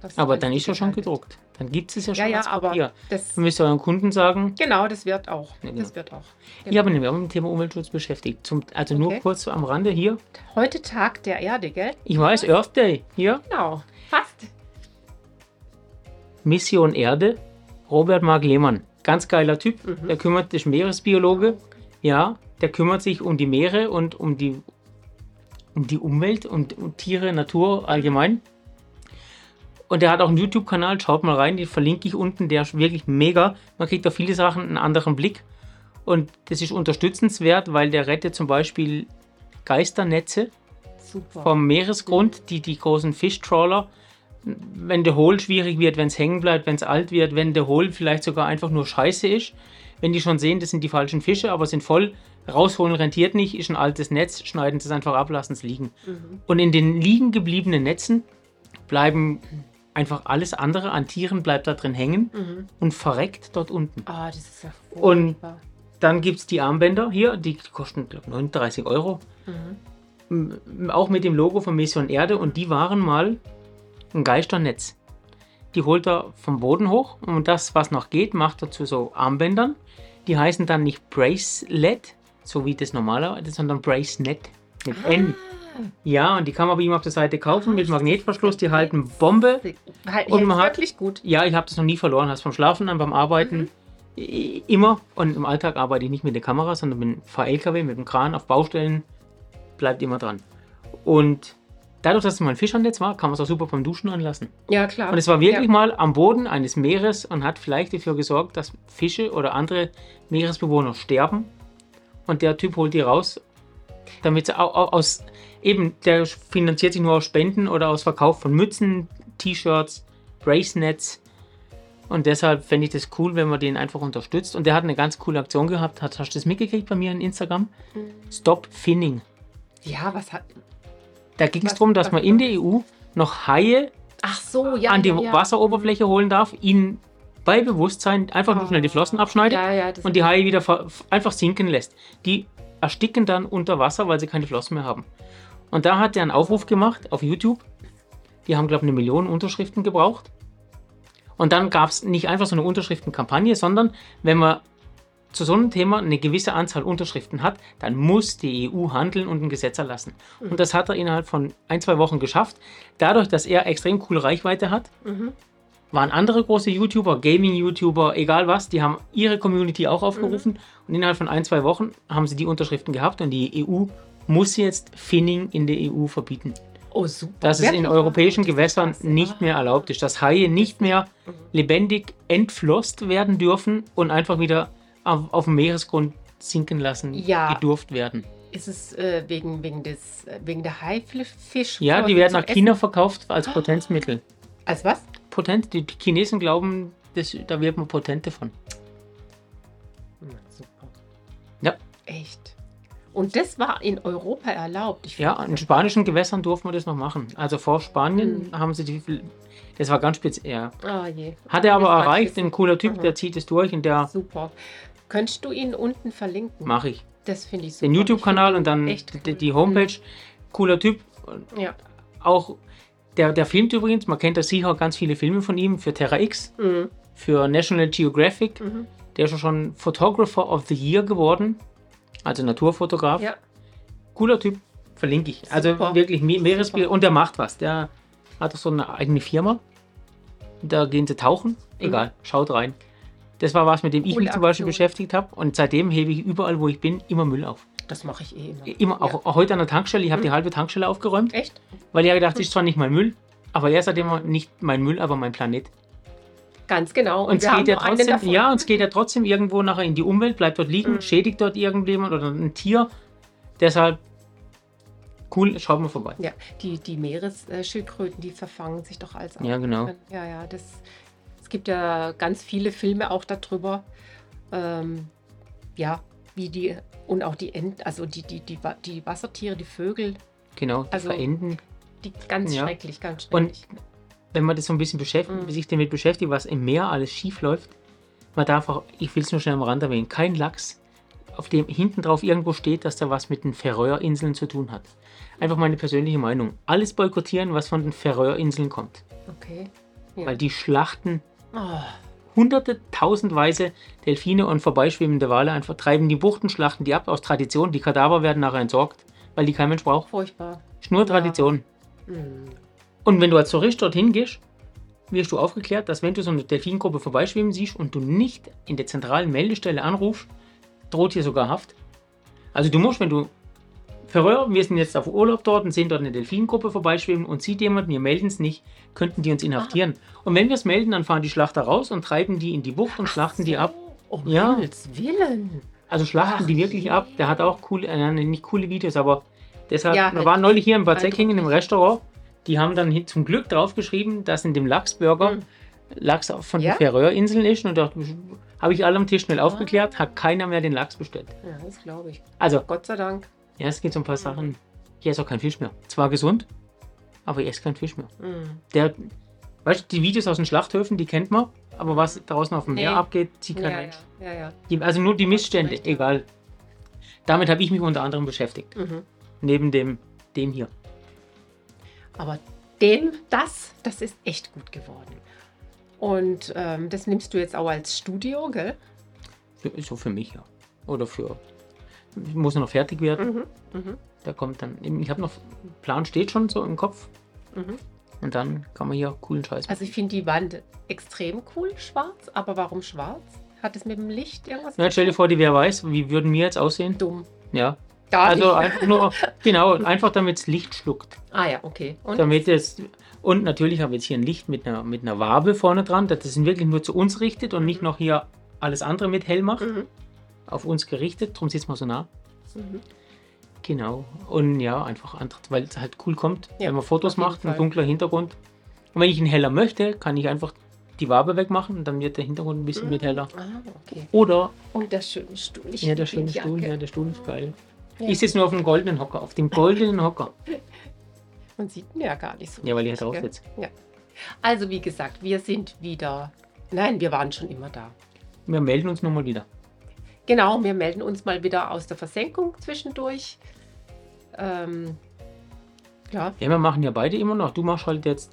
Speaker 1: Das
Speaker 2: Aber
Speaker 1: alles
Speaker 2: dann ist ja schon
Speaker 1: digital wird.
Speaker 2: gedruckt. Dann gibt es ja schon
Speaker 1: Ja, ja,
Speaker 2: als
Speaker 1: aber
Speaker 2: Papier.
Speaker 1: das,
Speaker 2: Dann müsst ihr euren Kunden sagen,
Speaker 1: genau, das wird auch.
Speaker 2: Ja, genau.
Speaker 1: Das wird auch.
Speaker 2: Ich habe mich nämlich auch mit dem Thema Umweltschutz beschäftigt. Zum, also nur
Speaker 1: Okay.
Speaker 2: kurz am Rande hier.
Speaker 1: Heute Tag der Erde, gell?
Speaker 2: Ich weiß, Earth Day hier.
Speaker 1: Genau. Fast.
Speaker 2: Mission Erde. Robert Mark Lehmann. Ganz geiler Typ.
Speaker 1: Mhm.
Speaker 2: Der kümmert, ist Meeresbiologe. Ja, der kümmert sich um die Meere und um die, um die Umwelt und um Tiere, Natur allgemein. Und der hat auch einen YouTube-Kanal, schaut mal rein, den verlinke ich unten, der ist wirklich mega. Man kriegt auf viele Sachen einen anderen Blick. Und das ist unterstützenswert, weil der rettet zum Beispiel Geisternetze.
Speaker 1: Super.
Speaker 2: vom Meeresgrund, die, die großen Fischtrawler, wenn der Hohl schwierig wird, wenn es hängen bleibt, wenn es alt wird, wenn der Hohl vielleicht sogar einfach nur scheiße ist, wenn die schon sehen, das sind die falschen Fische, aber sind voll, rausholen rentiert nicht, ist ein altes Netz, schneiden sie es einfach ab, lassen es liegen.
Speaker 1: Mhm.
Speaker 2: Und in den liegen gebliebenen Netzen bleiben einfach alles andere an Tieren bleibt da drin hängen
Speaker 1: Mhm.
Speaker 2: und verreckt dort unten.
Speaker 1: Ah, das ist ja
Speaker 2: Und-
Speaker 1: furchtbar.
Speaker 2: Dann gibt es die Armbänder hier, die kosten glaub, 39 Euro.
Speaker 1: Mhm.
Speaker 2: M- auch mit dem Logo von Mission Erde und die waren mal ein Geisternetz. Die holt er vom Boden hoch und das, was noch geht, macht er zu so Armbändern. Die heißen dann nicht Bracelet, so wie das normalerweise, sondern Bracenet mit N. Ja, und die kann man bei ihm auf der Seite kaufen mit Magnetverschluss. Die halten Bombe.
Speaker 1: Halt,
Speaker 2: Und
Speaker 1: und
Speaker 2: man
Speaker 1: man
Speaker 2: hat-
Speaker 1: wirklich gut.
Speaker 2: Ja, ich habe das noch nie verloren. Hast vom Schlafen an, beim Arbeiten i- immer. Und im Alltag arbeite ich nicht mit der Kamera, sondern mit dem Fahr-LKW, mit dem Kran auf Baustellen. Bleibt immer dran. Und dadurch, dass es mal ein Fischernetz war, kann man es auch super beim Duschen anlassen.
Speaker 1: Ja, klar.
Speaker 2: Und es war wirklich
Speaker 1: ja.
Speaker 2: mal am Boden eines Meeres und hat vielleicht dafür gesorgt, dass Fische oder andere Meeresbewohner sterben. Und der Typ holt die raus, damit sie au- au- aus, eben, der finanziert sich nur aus Spenden oder aus Verkauf von Mützen, T-Shirts, Bracenets. Und deshalb fände ich das cool, wenn man den einfach unterstützt. Und der hat eine ganz coole Aktion gehabt. Hat, hast du das mitgekriegt bei mir in Instagram?
Speaker 1: Mhm.
Speaker 2: Stop Finning.
Speaker 1: ja, was hat.
Speaker 2: Da ging es
Speaker 1: Was-
Speaker 2: darum, dass
Speaker 1: was-
Speaker 2: man in der EU noch Haie
Speaker 1: Ach so, ja.
Speaker 2: an die
Speaker 1: ja, ja.
Speaker 2: Wasseroberfläche holen darf, ihnen bei Bewusstsein einfach nur
Speaker 1: Ah.
Speaker 2: schnell die Flossen abschneidet
Speaker 1: Ja, ja, das
Speaker 2: und die Haie wieder ver- f- einfach sinken lässt. Die ersticken dann unter Wasser, weil sie keine Flossen mehr haben. Und da hat er einen Aufruf gemacht auf YouTube. Die haben, glaube ich, eine Million Unterschriften gebraucht. Und dann gab es nicht einfach so eine Unterschriftenkampagne, sondern wenn man zu so einem Thema eine gewisse Anzahl Unterschriften hat, dann muss die EU handeln und ein Gesetz erlassen. Und das hat er innerhalb von ein, zwei Wochen geschafft. Dadurch, dass er extrem coole Reichweite hat,
Speaker 1: Mhm.
Speaker 2: waren andere große YouTuber, Gaming-YouTuber, egal was, die haben ihre Community auch aufgerufen
Speaker 1: Mhm.
Speaker 2: und innerhalb von ein, zwei Wochen haben sie die Unterschriften gehabt und die EU muss jetzt Finning in der EU verbieten.
Speaker 1: Oh, super.
Speaker 2: Dass es in
Speaker 1: Wirklich?
Speaker 2: europäischen Gewässern
Speaker 1: Krass.
Speaker 2: nicht mehr erlaubt ist, dass Haie
Speaker 1: Mhm.
Speaker 2: nicht mehr lebendig entflosst werden dürfen und einfach wieder auf, auf dem Meeresgrund sinken lassen
Speaker 1: Ja.
Speaker 2: gedurft werden.
Speaker 1: Ist es äh, wegen, wegen, des, äh, wegen der Haifisch?
Speaker 2: Ja, die werden
Speaker 1: zum
Speaker 2: nach
Speaker 1: Essen?
Speaker 2: China verkauft als Potenzmittel.
Speaker 1: Als was?
Speaker 2: Potent, die Chinesen glauben, das, da wird man potent davon.
Speaker 1: super.
Speaker 2: Ja.
Speaker 1: Echt. Und das war in Europa erlaubt. Ich
Speaker 2: Ja,
Speaker 1: find-
Speaker 2: in spanischen Gewässern durften wir das noch machen. Also vor Spanien
Speaker 1: Mhm.
Speaker 2: haben sie die. Das war ganz speziell. ja.
Speaker 1: Ah, je.
Speaker 2: Hat er aber
Speaker 1: Das war
Speaker 2: erreicht, ein cooler Typ,
Speaker 1: Mhm.
Speaker 2: der zieht es durch und der
Speaker 1: Super. Könntest du ihn unten verlinken?
Speaker 2: mache ich.
Speaker 1: Das finde ich super.
Speaker 2: Den YouTube-Kanal und dann
Speaker 1: echt cool.
Speaker 2: die, die Homepage. Cooler Typ.
Speaker 1: Ich find- Ja.
Speaker 2: Auch der, der filmt übrigens, man kennt das sicher ganz viele Filme von ihm für Terra X,
Speaker 1: Mhm.
Speaker 2: für National Geographic.
Speaker 1: Mhm.
Speaker 2: Der ist ja schon Photographer of the Year geworden. Also Naturfotograf.
Speaker 1: ja.
Speaker 2: Cooler Typ, verlinke ich. Also
Speaker 1: Super.
Speaker 2: wirklich Me- Meeresbier und der macht was. Der hat doch so eine eigene Firma. Da gehen sie tauchen. Egal, schaut rein. Das war was, mit dem ich
Speaker 1: Mhm. Coole
Speaker 2: mich zum
Speaker 1: Aktion.
Speaker 2: Beispiel beschäftigt habe. Und seitdem hebe ich überall, wo ich bin, immer Müll auf.
Speaker 1: Das mache ich eh immer.
Speaker 2: Immer, auch, auch heute an der Tankstelle. Ich habe die
Speaker 1: Mhm.
Speaker 2: halbe Tankstelle aufgeräumt,
Speaker 1: Echt?
Speaker 2: weil ich
Speaker 1: Mhm.
Speaker 2: gedacht, das ist zwar nicht mein Müll, aber er ist seitdem nicht mein Müll, aber mein Planet.
Speaker 1: Ganz genau.
Speaker 2: Und es geht ja
Speaker 1: nur einen
Speaker 2: trotzdem,
Speaker 1: davon. Mhm.
Speaker 2: ja, und es geht ja trotzdem irgendwo nachher in die Umwelt, bleibt dort liegen, schädigt dort irgendjemand oder ein Tier. Deshalb cool, schaut mal vorbei.
Speaker 1: Ja, die, die Meeresschildkröten, die verfangen sich doch als
Speaker 2: Ja, genau.
Speaker 1: Affen. Ja, ja, das, es gibt ja ganz viele Filme auch darüber. Ähm, ja, wie die und auch die Enten, also die, die, die, Wa- die Wassertiere, die Vögel,
Speaker 2: Genau, die
Speaker 1: Also-
Speaker 2: verenden.
Speaker 1: die ganz
Speaker 2: Ja.
Speaker 1: schrecklich, ganz
Speaker 2: Und
Speaker 1: schrecklich.
Speaker 2: wenn man das so ein bisschen beschäftigt,
Speaker 1: Mhm.
Speaker 2: sich damit beschäftigt, was im Meer alles schief läuft, man darf auch, ich will es nur schnell am Rand erwähnen, kein Lachs, auf dem hinten drauf irgendwo steht, dass der was mit den Färöerinseln zu tun hat. Einfach meine persönliche Meinung. Alles boykottieren, was von den Färöerinseln kommt.
Speaker 1: okay. Ja.
Speaker 2: Weil die schlachten
Speaker 1: Oh,
Speaker 2: hunderte, tausendweise Delfine und vorbeischwimmende Wale einfach treiben die Buchten, schlachten die ab aus Tradition. Die Kadaver werden nachher entsorgt, weil die kein Mensch braucht.
Speaker 1: furchtbar.
Speaker 2: Ist nur Tradition.
Speaker 1: Mm.
Speaker 2: Und wenn du als Tourist dorthin gehst, wirst du aufgeklärt, dass wenn du so eine Delfingruppe vorbeischwimmen siehst und du nicht in der zentralen Meldestelle anrufst, droht dir sogar Haft. Also du musst, wenn du Färöer, wir sind jetzt auf Urlaub dort und sehen dort eine Delfingruppe vorbeischwimmen und sieht jemand, wir melden es nicht, könnten die uns inhaftieren. Und wenn wir es melden, dann fahren die Schlachter raus und treiben die in die Bucht und schlachten die ab.
Speaker 1: Um
Speaker 2: Ja.
Speaker 1: Himmels Willen.
Speaker 2: Also schlachten
Speaker 1: Ach
Speaker 2: die wirklich
Speaker 1: je.
Speaker 2: ab. Der hat auch coole, äh, nein, nicht coole Videos, aber deshalb,
Speaker 1: Ja,
Speaker 2: wir
Speaker 1: halt
Speaker 2: waren neulich hier in Bad
Speaker 1: eindrücklich.
Speaker 2: Säckingen im Restaurant, die haben dann hin- zum Glück draufgeschrieben, dass in dem Lachsburger
Speaker 1: Mhm.
Speaker 2: Lachs auf- von
Speaker 1: Ja? Ah.
Speaker 2: den Färöerinseln ist und da habe ich alle am Tisch schnell aufgeklärt, hat keiner mehr den Lachs bestellt.
Speaker 1: Ja, das glaube ich.
Speaker 2: Also,
Speaker 1: Gott sei Dank.
Speaker 2: ja, es gibt so ein
Speaker 1: Hm.
Speaker 2: paar Sachen. Ich esse auch keinen Fisch mehr. Zwar gesund, aber ich esse keinen Fisch mehr.
Speaker 1: Mm.
Speaker 2: Der, weißt du, die Videos aus den Schlachthöfen, die kennt man, aber was draußen auf dem
Speaker 1: Nee.
Speaker 2: Meer abgeht, sieht kein
Speaker 1: Ja, ja,
Speaker 2: Mensch.
Speaker 1: ja, ja.
Speaker 2: Die, also nur die Missstände,
Speaker 1: recht, ja.
Speaker 2: egal. Damit habe ich mich unter anderem beschäftigt.
Speaker 1: Mhm.
Speaker 2: Neben dem, dem hier.
Speaker 1: Aber dem, das, das ist echt gut geworden. Und ähm, das nimmst du jetzt auch als Studio, gell?
Speaker 2: Für, so für mich, ja. Oder für. Ich muss noch fertig werden.
Speaker 1: Mhm. Mhm.
Speaker 2: Da kommt dann. Ich habe noch. Plan steht schon so im Kopf.
Speaker 1: Mhm.
Speaker 2: Und dann kann man hier coolen Scheiß machen.
Speaker 1: Also ich finde die Wand extrem cool, schwarz. Aber warum schwarz? Hat es mit dem Licht irgendwas?
Speaker 2: ja, stell dir vor, die wer weiß, wie würden wir jetzt aussehen?
Speaker 1: Dumm.
Speaker 2: Ja.
Speaker 1: Gar
Speaker 2: Also
Speaker 1: nicht.
Speaker 2: einfach nur. Genau, einfach damit es Licht schluckt.
Speaker 1: Ah ja, okay. Und?
Speaker 2: Damit es. Und natürlich habe ich jetzt hier ein Licht mit einer, mit einer Wabe vorne dran, dass das wirklich nur zu uns richtet und nicht noch hier alles andere mit hell macht.
Speaker 1: Mhm.
Speaker 2: Auf uns gerichtet, drum sitzt man so nah.
Speaker 1: Mhm.
Speaker 2: Genau. Und ja, einfach Antritt, weil es halt cool kommt,
Speaker 1: Ja,
Speaker 2: wenn man Fotos
Speaker 1: auf jeden
Speaker 2: macht, ein
Speaker 1: Fall.
Speaker 2: dunkler Hintergrund. Und wenn ich ihn heller möchte, kann ich einfach die Wabe wegmachen und dann wird der Hintergrund ein bisschen mit heller.
Speaker 1: Ah, okay.
Speaker 2: Oder
Speaker 1: Und der schöne Stuhl. Ich
Speaker 2: ja, der
Speaker 1: liebe
Speaker 2: schöne
Speaker 1: die
Speaker 2: Stuhl,
Speaker 1: Jacke.
Speaker 2: ja, der Stuhl ist geil.
Speaker 1: Ja.
Speaker 2: Ich sitze nur auf dem goldenen Hocker, auf dem goldenen Hocker.
Speaker 1: Man sieht ihn ja gar nicht so.
Speaker 2: Ja, weil ich
Speaker 1: richtig,
Speaker 2: halt drauf
Speaker 1: gell?
Speaker 2: sitze.
Speaker 1: Ja. Also wie gesagt, wir sind wieder. Nein, wir waren schon immer da.
Speaker 2: Wir melden uns nochmal wieder.
Speaker 1: Genau, wir melden uns mal wieder aus der Versenkung zwischendurch. Ähm, klar.
Speaker 2: Ja, wir machen ja beide immer noch. Du machst halt jetzt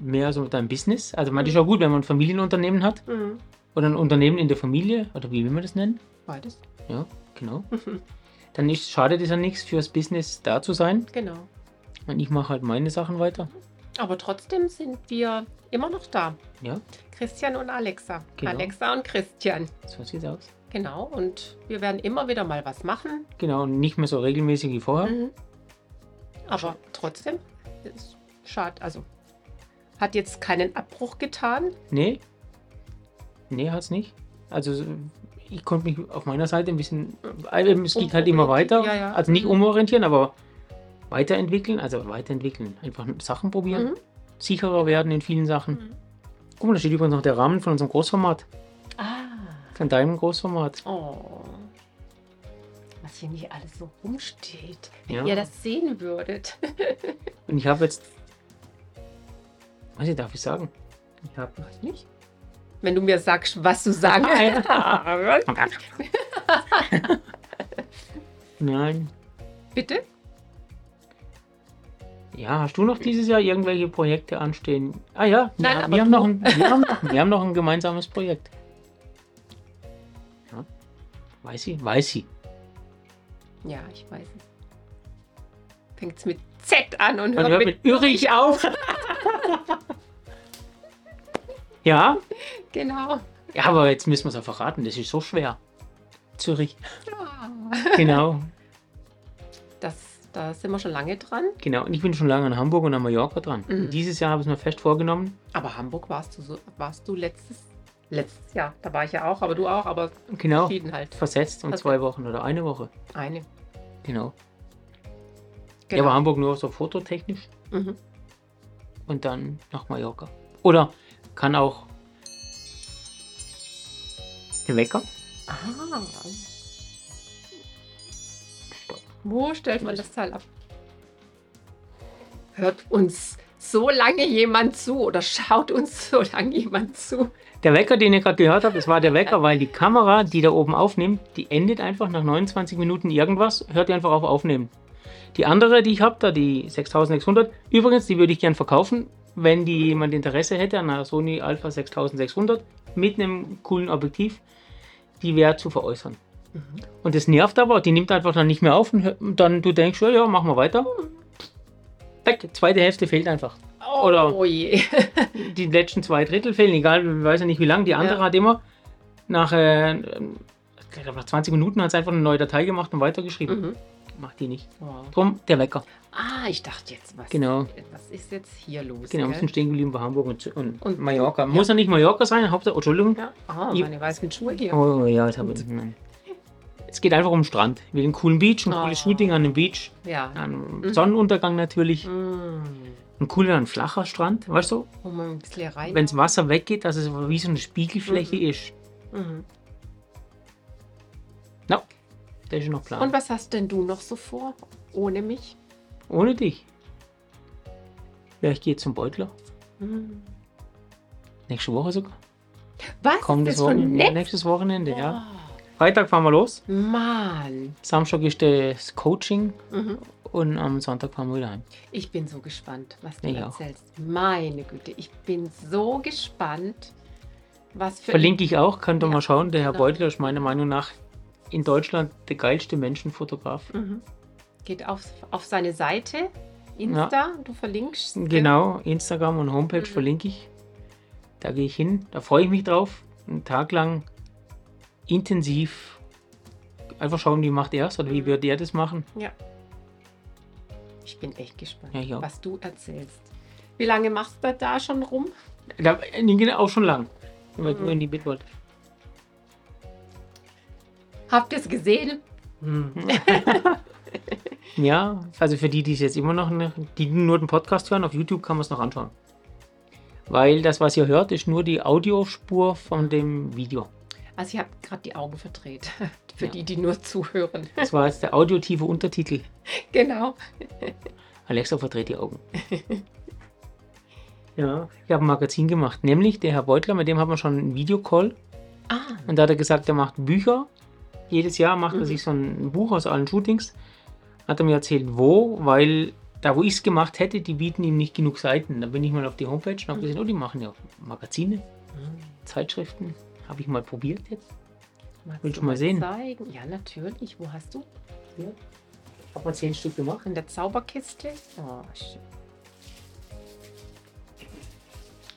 Speaker 2: mehr so mit deinem Business. Also man ist ja gut, wenn man ein Familienunternehmen hat
Speaker 1: Mhm.
Speaker 2: oder ein Unternehmen in der Familie oder wie will man das nennen?
Speaker 1: Beides.
Speaker 2: Ja, genau. [laughs] Dann ist, schadet es ja nichts, fürs Business da zu sein.
Speaker 1: Genau.
Speaker 2: Und ich mache halt meine Sachen weiter.
Speaker 1: Aber trotzdem sind wir immer noch da.
Speaker 2: Ja,
Speaker 1: Christian und Alexa.
Speaker 2: Genau.
Speaker 1: Alexa und Christian.
Speaker 2: so sieht's aus.
Speaker 1: Genau. Und wir werden immer wieder mal was machen.
Speaker 2: Genau, und nicht mehr so regelmäßig wie vorher.
Speaker 1: Mhm. Aber trotzdem, ist schade. Also, hat jetzt keinen Abbruch getan.
Speaker 2: Nee. Nee, hat's nicht. Also ich konnte mich auf meiner Seite ein bisschen. eben, Es geht halt immer
Speaker 1: Umorientieren,
Speaker 2: weiter.
Speaker 1: Um- ja, Mhm. ja.
Speaker 2: Also nicht umorientieren, aber weiterentwickeln. Also weiterentwickeln. Einfach Sachen probieren.
Speaker 1: Mhm.
Speaker 2: Sicherer werden in vielen Sachen. Guck mal, da steht übrigens noch der Rahmen von unserem Großformat.
Speaker 1: Ah.
Speaker 2: Von deinem Großformat.
Speaker 1: Oh. Was hier nicht alles so rumsteht. Wenn
Speaker 2: Ja.
Speaker 1: ihr das sehen würdet. [laughs]
Speaker 2: Und ich habe jetzt. Was ich darf ich sagen? Ich habe.
Speaker 1: Weiß nicht. [laughs] Wenn du mir sagst, was du
Speaker 2: [laughs]
Speaker 1: sagen Oh
Speaker 2: Nein.
Speaker 1: Bitte?
Speaker 2: Ja, hast du noch dieses Jahr irgendwelche Projekte anstehen? Ah ja,
Speaker 1: Nein,
Speaker 2: wir,
Speaker 1: aber
Speaker 2: wir, haben
Speaker 1: du.
Speaker 2: noch ein, wir, haben, wir haben noch ein gemeinsames Projekt. Ja. Weiß sie? Weiß sie.
Speaker 1: Ja, ich weiß es. Fängt es mit Z an und
Speaker 2: Man
Speaker 1: hört
Speaker 2: hört
Speaker 1: mit.
Speaker 2: mit Irrig auf. [laughs] ja,
Speaker 1: Genau.
Speaker 2: ja, aber jetzt müssen wir es ja verraten. Das ist so schwer. Zürich.
Speaker 1: Ah.
Speaker 2: Genau,
Speaker 1: Das, da sind wir schon lange dran.
Speaker 2: genau. Und ich bin schon lange an Hamburg und an Mallorca dran.
Speaker 1: Mhm.
Speaker 2: Und Dieses Jahr habe ich es mir fest vorgenommen.
Speaker 1: Aber Hamburg warst du so, warst du letztes, letztes Jahr. Da war ich ja auch, aber du auch, aber
Speaker 2: Genau.
Speaker 1: verschieden halt.
Speaker 2: Versetzt um
Speaker 1: Versetzt.
Speaker 2: zwei Wochen oder eine Woche.
Speaker 1: Eine.
Speaker 2: Genau. Ja, aber
Speaker 1: Genau.
Speaker 2: Hamburg nur so fototechnisch.
Speaker 1: Mhm.
Speaker 2: und dann nach Mallorca. Oder kann auch der Wecker.
Speaker 1: Ah. Wo stellt man das Teil ab? Hört uns so lange jemand zu oder schaut uns so lange jemand zu?
Speaker 2: Der Wecker, den ihr gerade gehört habt, das war der Wecker, weil die Kamera, die da oben aufnimmt, die endet einfach nach 29 Minuten irgendwas, hört ihr einfach auf aufnehmen. Die andere, die ich habe, da die 6600, übrigens, die würde ich gern verkaufen, wenn die jemand Interesse hätte an einer Sony Alpha 6600 mit einem coolen Objektiv, die wäre zu veräußern. Und das nervt aber, die nimmt einfach dann nicht mehr auf und hö- und dann du denkst, ja, ja, machen wir weiter. Weg, zweite Hälfte fehlt einfach.
Speaker 1: Oh, [laughs]
Speaker 2: Oder-
Speaker 1: je.
Speaker 2: Die letzten zwei Drittel fehlen, egal, ich weiß ja nicht wie lang. Die andere
Speaker 1: Ja.
Speaker 2: hat immer nach, äh, ähm, ich glaub, nach 20 Minuten hat sie einfach eine neue Datei gemacht und weitergeschrieben.
Speaker 1: Mhm.
Speaker 2: Macht die nicht.
Speaker 1: Wow.
Speaker 2: Drum der Wecker.
Speaker 1: Ah, ich dachte jetzt, was,
Speaker 2: Genau.
Speaker 1: was ist jetzt hier los?
Speaker 2: Genau, wir
Speaker 1: gell?
Speaker 2: sind stehen geblieben bei Hamburg und, Zü- und,
Speaker 1: Und-
Speaker 2: Mallorca. Muss ja nicht Mallorca sein, Hauptsache, oh, Entschuldigung.
Speaker 1: Ja. Ah,
Speaker 2: Ihr-
Speaker 1: meine weißen Schuhe hier.
Speaker 2: Oh ja, jetzt habe ich. Nein. Es geht einfach um den Strand. Ich will einen coolen Beach, ein
Speaker 1: Oh.
Speaker 2: cooles Shooting an dem Beach,
Speaker 1: Ja.
Speaker 2: an Sonnenuntergang natürlich.
Speaker 1: Mm.
Speaker 2: ein cooler, ein flacher Strand, weißt du?
Speaker 1: Wo man ein bisschen rein.
Speaker 2: Wenn das Wasser weggeht, dass es wie so eine Spiegelfläche ist.
Speaker 1: Mhm.
Speaker 2: Na, das ist noch Plan.
Speaker 1: Und was hast denn du noch so vor? Ohne mich?
Speaker 2: Ohne dich. Ja, ich gehe zum Beutler.
Speaker 1: Mhm.
Speaker 2: Nächste Woche sogar.
Speaker 1: Was?
Speaker 2: Kommendes
Speaker 1: ist das schon
Speaker 2: Wochenende.
Speaker 1: nett?
Speaker 2: Nächstes Wochenende, ja.
Speaker 1: Oh,
Speaker 2: Freitag fahren wir los.
Speaker 1: Mann.
Speaker 2: Samstag ist das Coaching
Speaker 1: Mhm.
Speaker 2: und am Sonntag fahren wir wieder heim.
Speaker 1: Ich bin so gespannt, was du
Speaker 2: Ich auch.
Speaker 1: erzählst. Meine Güte, ich bin so gespannt, was für.
Speaker 2: Verlinke ich auch, könnt ihr
Speaker 1: Ja,
Speaker 2: mal schauen. Der Herr
Speaker 1: genau.
Speaker 2: Beutler ist meiner Meinung nach in Deutschland der geilste Menschenfotograf.
Speaker 1: Mhm. Geht auf, auf seine Seite, Insta, du verlinkst. gell?
Speaker 2: Genau, Instagram und Homepage verlinke ich. Da gehe ich hin, da freue ich mich drauf. Einen Tag lang intensiv einfach schauen, wie macht er es oder wie wird er das machen.
Speaker 1: Ja. Ich bin echt gespannt,
Speaker 2: Ja, ich auch.
Speaker 1: was du erzählst. Wie lange machst du da schon rum?
Speaker 2: Da ging äh, genau, auch schon lang, wenn du in die Bit wollt.
Speaker 1: Habt ihr es gesehen?
Speaker 2: Ja, also für die, die es jetzt immer noch, ne- die nur den Podcast hören, auf YouTube kann man es noch anschauen. Weil das, was ihr hört, ist nur die Audiospur von dem Video.
Speaker 1: Also ich habe gerade die Augen verdreht, [laughs] für
Speaker 2: Ja.
Speaker 1: die, die nur zuhören. [laughs]
Speaker 2: Das war jetzt der audiotive Untertitel.
Speaker 1: genau.
Speaker 2: Alexa verdreht die Augen. [laughs] ja, ich habe ein Magazin gemacht, nämlich der Herr Beutler, mit dem haben wir schon einen Videocall
Speaker 1: Ah,
Speaker 2: und da hat er gesagt, er macht Bücher. Jedes Jahr macht er
Speaker 1: Mhm.
Speaker 2: sich so ein Buch aus allen Shootings. Hat er mir erzählt, wo, weil Da, wo ich es gemacht hätte, die bieten ihm nicht genug Seiten. Da bin ich mal auf die Homepage und habe gesehen, oh, die machen ja Magazine, Mhm. Zeitschriften. Habe ich mal probiert jetzt.
Speaker 1: Magst
Speaker 2: Willst
Speaker 1: du
Speaker 2: du mal sehen?
Speaker 1: Zeigen? Ja, natürlich. Wo hast du?
Speaker 2: Habe mal zehn Stück gemacht.
Speaker 1: In der Zauberkiste? Oh, schön.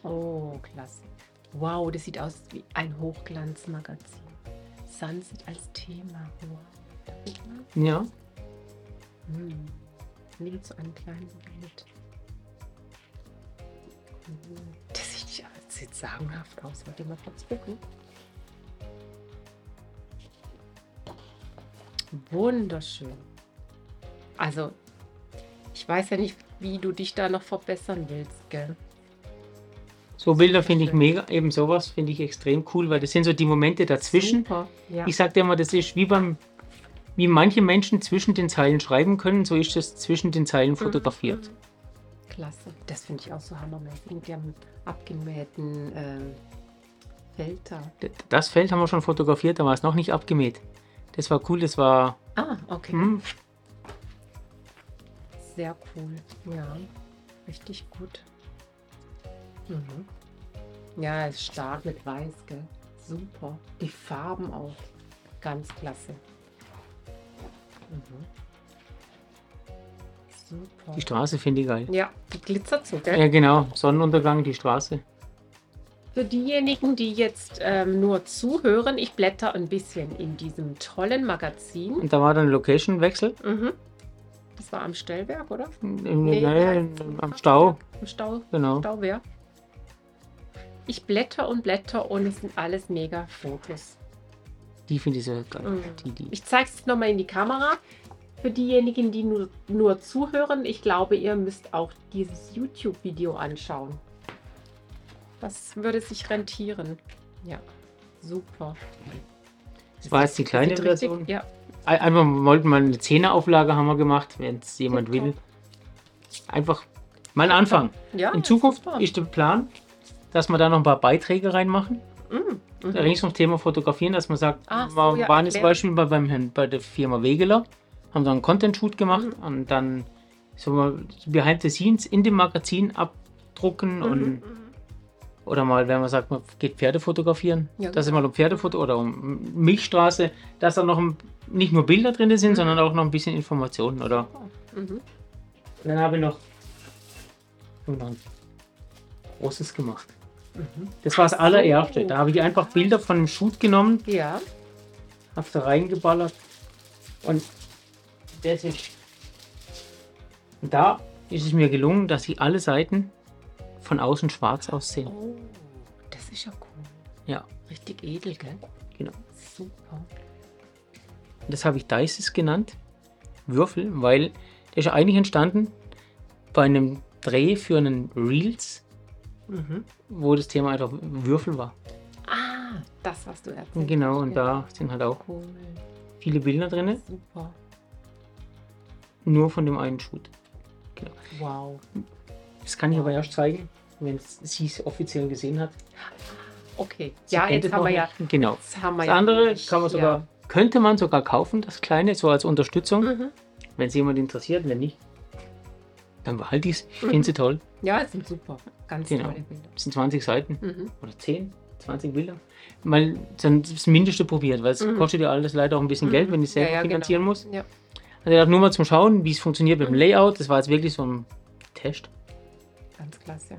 Speaker 1: Oh, klasse. Wow, das sieht aus wie ein Hochglanzmagazin. Sunset als Thema. Wow. Da guck mal.
Speaker 2: Ja.
Speaker 1: Hm. Wie zu einem kleinen Bild. Hm. Das sieht, ja- das sieht sagenhaft aus. Wollt ihr mal kurz gucken? Wunderschön. Also, ich weiß ja nicht, wie du dich da noch verbessern willst, gell?
Speaker 2: So Bilder finde ich mega. Eben sowas finde ich extrem cool, weil das sind so die Momente dazwischen.
Speaker 1: Super. Ja.
Speaker 2: Ich sage dir immer, das ist wie beim, wie manche Menschen zwischen den Zeilen schreiben können, so ist das zwischen den
Speaker 1: Mhm.
Speaker 2: Zeilen fotografiert.
Speaker 1: Klasse. Das finde ich auch so hammermäßig. Mit dem abgemähten ähm, Feld da.
Speaker 2: D- Das Feld haben wir schon fotografiert, da war es noch nicht abgemäht. Das war cool, das war.
Speaker 1: Ah, okay.
Speaker 2: Hm,
Speaker 1: Sehr cool. Ja, richtig gut. Mhm. Ja, ist stark mit Weiß, gell? Super. Die Farben auch. Ganz klasse. Mhm. Super.
Speaker 2: die Straße finde ich geil.
Speaker 1: Ja, die glitzert so, gell?
Speaker 2: Ja, genau. Sonnenuntergang, die Straße.
Speaker 1: Für diejenigen, die jetzt ähm, nur zuhören, ich blätter ein bisschen in diesem tollen Magazin.
Speaker 2: Und da war dann Location-Wechsel.
Speaker 1: Mhm. Das war am Stellwerk, oder?
Speaker 2: Im-
Speaker 1: Nee,
Speaker 2: ja,
Speaker 1: ja.
Speaker 2: im- am Stau,
Speaker 1: Am Stau
Speaker 2: genau.
Speaker 1: Stauwehr. Ich blätter und blätter und es sind alles mega Fotos.
Speaker 2: Die finde ich so geil.
Speaker 1: Mhm.
Speaker 2: Die, die.
Speaker 1: Ich zeige es nochmal in die Kamera. Für diejenigen, die nur, nur zuhören, ich glaube, ihr müsst auch dieses YouTube-Video anschauen. Das würde sich rentieren. Ja, super.
Speaker 2: Das war jetzt die kleine
Speaker 1: Sieht richtig-
Speaker 2: Version.
Speaker 1: Ja,
Speaker 2: Ein- Einmal wollten wir eine 10er-Auflage haben wir gemacht, wenn es jemand
Speaker 1: Super.
Speaker 2: will. Einfach mal einen Anfang.
Speaker 1: ja.
Speaker 2: In Zukunft
Speaker 1: super.
Speaker 2: ist der Plan, dass wir da noch ein paar Beiträge reinmachen.
Speaker 1: Mm, mhm.
Speaker 2: Rings ums Thema Fotografieren, dass man sagt,
Speaker 1: Ach so,
Speaker 2: wir
Speaker 1: ja,
Speaker 2: waren jetzt
Speaker 1: erklären.
Speaker 2: zum Beispiel bei, beim, Herrn- bei der Firma Wegeler, haben da einen Content-Shoot gemacht
Speaker 1: Mhm.
Speaker 2: und dann so mal behind the scenes in dem Magazin abdrucken
Speaker 1: Mhm,
Speaker 2: und oder mal, wenn man sagt, man geht Pferde fotografieren,
Speaker 1: Ja, genau.
Speaker 2: dass es mal um Pferdefoto oder um Milchstraße, dass da noch ein, nicht nur Bilder drin sind, sondern auch noch ein bisschen Informationen oder
Speaker 1: Mhm.
Speaker 2: dann habe ich noch, habe ich noch ein großes gemacht. Das war das allererste. Da habe ich einfach Bilder von dem Shoot genommen,
Speaker 1: Ja,
Speaker 2: habe da reingeballert und das ist. Und da ist es mir gelungen, dass sie alle Seiten von außen schwarz aussehen.
Speaker 1: oh, das ist ja cool.
Speaker 2: Ja,
Speaker 1: Richtig edel, gell?
Speaker 2: genau.
Speaker 1: Super.
Speaker 2: Das habe ich Dices genannt. Würfel, weil der ist ja eigentlich entstanden bei einem Dreh für einen Reels,
Speaker 1: Mhm.
Speaker 2: wo das Thema einfach Würfel war.
Speaker 1: Ah, das, was du erzählt
Speaker 2: Genau, und
Speaker 1: ja.
Speaker 2: da sind halt auch
Speaker 1: Cool,
Speaker 2: viele Bilder drin,
Speaker 1: super.
Speaker 2: nur von dem einen Shoot.
Speaker 1: Wow.
Speaker 2: Das kann ich aber erst zeigen, wenn sie es offiziell gesehen hat.
Speaker 1: Okay,
Speaker 2: Sie
Speaker 1: ja,
Speaker 2: kennt
Speaker 1: jetzt
Speaker 2: es
Speaker 1: haben
Speaker 2: noch
Speaker 1: wir ja.
Speaker 2: nicht. Genau.
Speaker 1: Jetzt haben wir
Speaker 2: Das
Speaker 1: ja
Speaker 2: andere
Speaker 1: nicht,
Speaker 2: kann man sogar,
Speaker 1: Ja.
Speaker 2: könnte man sogar kaufen, das kleine, so als Unterstützung,
Speaker 1: Mhm.
Speaker 2: wenn es jemand interessiert. Wenn nicht, dann behalte ich es. Ich
Speaker 1: Mhm.
Speaker 2: finde sie toll.
Speaker 1: ja, es sind super. Ganz
Speaker 2: Genau.
Speaker 1: tolle Bilder.
Speaker 2: Es sind 20 Seiten
Speaker 1: Mhm.
Speaker 2: oder 10, 20 Bilder. Mal dann das Mindeste probiert, weil es
Speaker 1: Mhm.
Speaker 2: kostet ja alles leider auch ein bisschen Geld, wenn ich es
Speaker 1: Ja,
Speaker 2: selber
Speaker 1: ja, genau.
Speaker 2: finanzieren muss.
Speaker 1: Ja.
Speaker 2: Also ich dachte, nur mal zum Schauen, wie es funktioniert
Speaker 1: Mhm.
Speaker 2: mit dem Layout. Das war jetzt wirklich so ein Test.
Speaker 1: Ganz klasse.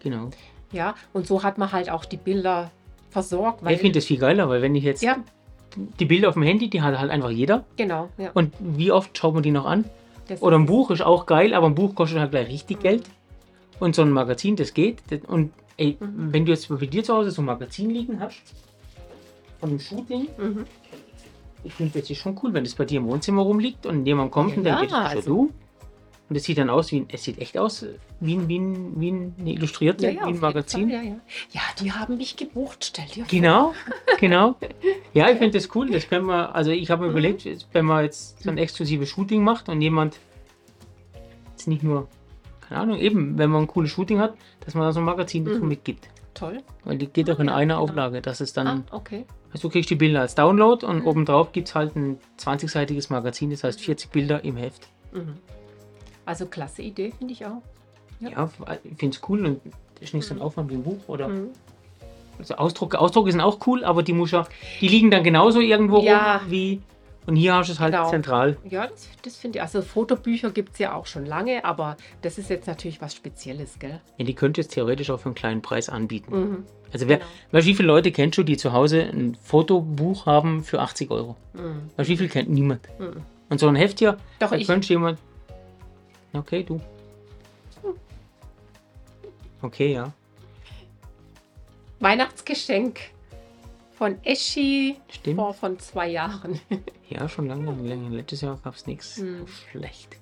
Speaker 2: Genau.
Speaker 1: Ja, und so hat man halt auch die Bilder versorgt.
Speaker 2: ich finde das viel geiler, weil wenn ich jetzt
Speaker 1: ja,
Speaker 2: die Bilder auf dem Handy, die hat halt einfach jeder.
Speaker 1: genau. Ja.
Speaker 2: Und wie oft schaut man die noch an?
Speaker 1: das
Speaker 2: Oder ein
Speaker 1: ist-
Speaker 2: Buch ist auch geil, aber ein Buch kostet halt gleich richtig Geld. Und so ein Magazin, das geht. Das- Und ey,
Speaker 1: Mhm.
Speaker 2: wenn du jetzt bei dir zu Hause so ein Magazin liegen hast, von dem Shooting,
Speaker 1: Mhm.
Speaker 2: ich finde das ist schon cool, wenn das bei dir im Wohnzimmer rumliegt und jemand kommt und dann
Speaker 1: Ja,
Speaker 2: geht das
Speaker 1: also-
Speaker 2: so du. Und es sieht dann aus wie ein, es sieht echt aus wie ein, wie ein, wie ein eine illustrierte,
Speaker 1: Ja, ja, auf
Speaker 2: wie ein
Speaker 1: jeden
Speaker 2: Magazin.
Speaker 1: Fall, ja, ja. ja, die haben mich gebucht, stell dir vor.
Speaker 2: Genau, genau. Ja, ich finde das cool. Das können wir, also ich habe mir überlegt, wenn man jetzt so ein exklusives Shooting macht und jemand jetzt nicht nur, keine Ahnung, eben, wenn man ein cooles Shooting hat, dass man da so ein Magazin dazu mitgibt.
Speaker 1: Toll.
Speaker 2: Weil die geht auch in
Speaker 1: ja,
Speaker 2: einer
Speaker 1: genau.
Speaker 2: Auflage. Das ist
Speaker 1: Ah,
Speaker 2: dann,
Speaker 1: okay.
Speaker 2: also du kriegst die Bilder als Download und obendrauf gibt es halt ein 20-seitiges Magazin, das heißt 40 Bilder im Heft.
Speaker 1: Mhm. Also klasse Idee, finde ich auch. Ja.
Speaker 2: Ja, ich finde es cool und ist nicht so ein Aufwand wie ein Buch. Oder
Speaker 1: Mhm.
Speaker 2: also Ausdruck, Ausdrucke sind auch cool, aber die muss ja, die liegen dann genauso irgendwo
Speaker 1: Ja.
Speaker 2: rum wie. Und hier hast du es halt
Speaker 1: Genau.
Speaker 2: zentral.
Speaker 1: Ja, das, das finde ich. Also Fotobücher gibt es ja auch schon lange, aber das ist jetzt natürlich was Spezielles, gell?
Speaker 2: Ja, die könntest du theoretisch auch für einen kleinen Preis anbieten.
Speaker 1: Mhm.
Speaker 2: Also wer,
Speaker 1: Genau.
Speaker 2: weißt, du, wie viele Leute kennst du, die zu Hause ein Fotobuch haben für 80 Euro?
Speaker 1: Mhm.
Speaker 2: Weißt, du, wie viel kennt niemand?
Speaker 1: Mhm.
Speaker 2: Und so ein Heft hier,
Speaker 1: Doch,
Speaker 2: da
Speaker 1: ich-
Speaker 2: könntest du jemand. Okay, du.
Speaker 1: Hm.
Speaker 2: Okay, ja.
Speaker 1: Weihnachtsgeschenk von Eschi
Speaker 2: Stimmt.
Speaker 1: vor von zwei Jahren. [laughs]
Speaker 2: Ja, schon lange, lange. Letztes Jahr gab es nichts.
Speaker 1: Mhm.
Speaker 2: Schlecht.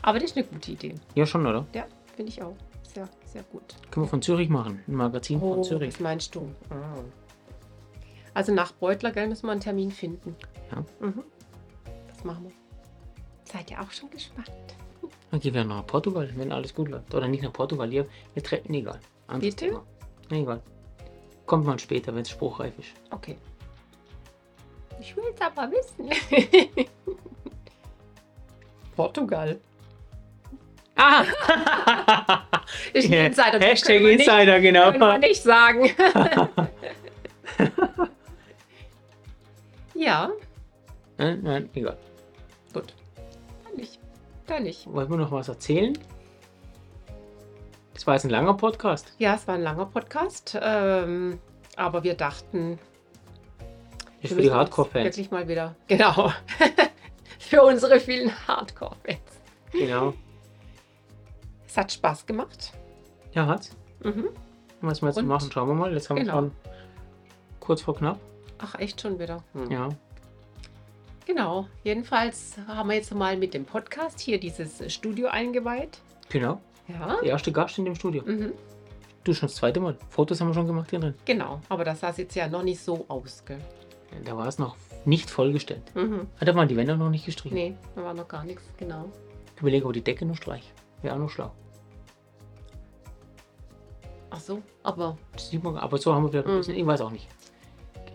Speaker 1: Aber das ist eine gute Idee.
Speaker 2: Ja, schon, oder?
Speaker 1: Ja, finde ich auch. Sehr, sehr gut.
Speaker 2: Können wir von Zürich machen. Ein Magazin von Zürich.
Speaker 1: was meinst du? Ah. Also nach Beutler, gell, müssen wir einen Termin finden.
Speaker 2: Ja.
Speaker 1: Mhm. Das machen wir. Seid ihr auch schon gespannt?
Speaker 2: Dann gehen wir nach Portugal, wenn alles gut läuft. Oder nicht nach Portugal, hier. Wir treten, egal. Anderes
Speaker 1: Bitte?
Speaker 2: Thema. Egal. Kommt man später, wenn es spruchreif ist.
Speaker 1: Okay. Ich will es aber wissen. [laughs] Portugal.
Speaker 2: [laughs]
Speaker 1: [laughs]
Speaker 2: Ah!
Speaker 1: Ist ein Insider. das
Speaker 2: Hashtag
Speaker 1: können wir nicht-
Speaker 2: Insider, genau.
Speaker 1: Können wir nicht sagen. [laughs] ja,
Speaker 2: Nein, nein, egal.
Speaker 1: gut. Dann nicht. Dann nicht.
Speaker 2: Wollen wir noch was erzählen? Das war jetzt ein langer Podcast.
Speaker 1: Ja, es war ein langer Podcast, ähm, aber wir dachten, wir
Speaker 2: Ist für die
Speaker 1: müssen uns
Speaker 2: Hardcore-Fans.
Speaker 1: Wirklich mal wieder. [laughs] Genau. für unsere vielen Hardcore-Fans.
Speaker 2: Genau.
Speaker 1: Es hat Spaß gemacht.
Speaker 2: Ja, hat's.
Speaker 1: Mhm.
Speaker 2: Was wir jetzt
Speaker 1: Und-
Speaker 2: machen, schauen wir mal. Jetzt haben
Speaker 1: Genau.
Speaker 2: wir schon kurz vor knapp.
Speaker 1: Ach, echt schon wieder. Hm.
Speaker 2: Ja.
Speaker 1: Genau. Jedenfalls haben wir jetzt mal mit dem Podcast hier dieses Studio eingeweiht.
Speaker 2: Genau.
Speaker 1: Ja.
Speaker 2: Der erste Gast in dem Studio.
Speaker 1: Mhm.
Speaker 2: Du schon das zweite Mal. Fotos haben wir schon gemacht hier drin.
Speaker 1: Genau. Aber das sah jetzt ja noch nicht so aus, gell?
Speaker 2: Da war es noch nicht vollgestellt.
Speaker 1: Mhm.
Speaker 2: Ah, da waren die Wände noch nicht gestrichen.
Speaker 1: Nee, da war noch gar nichts, genau.
Speaker 2: Ich überlege, ob ich die Decke noch streich. Wäre auch noch schlau.
Speaker 1: Ach so, aber
Speaker 2: Das sieht man, aber so haben wir vielleicht ein
Speaker 1: Mhm.
Speaker 2: bisschen. Ich weiß auch nicht.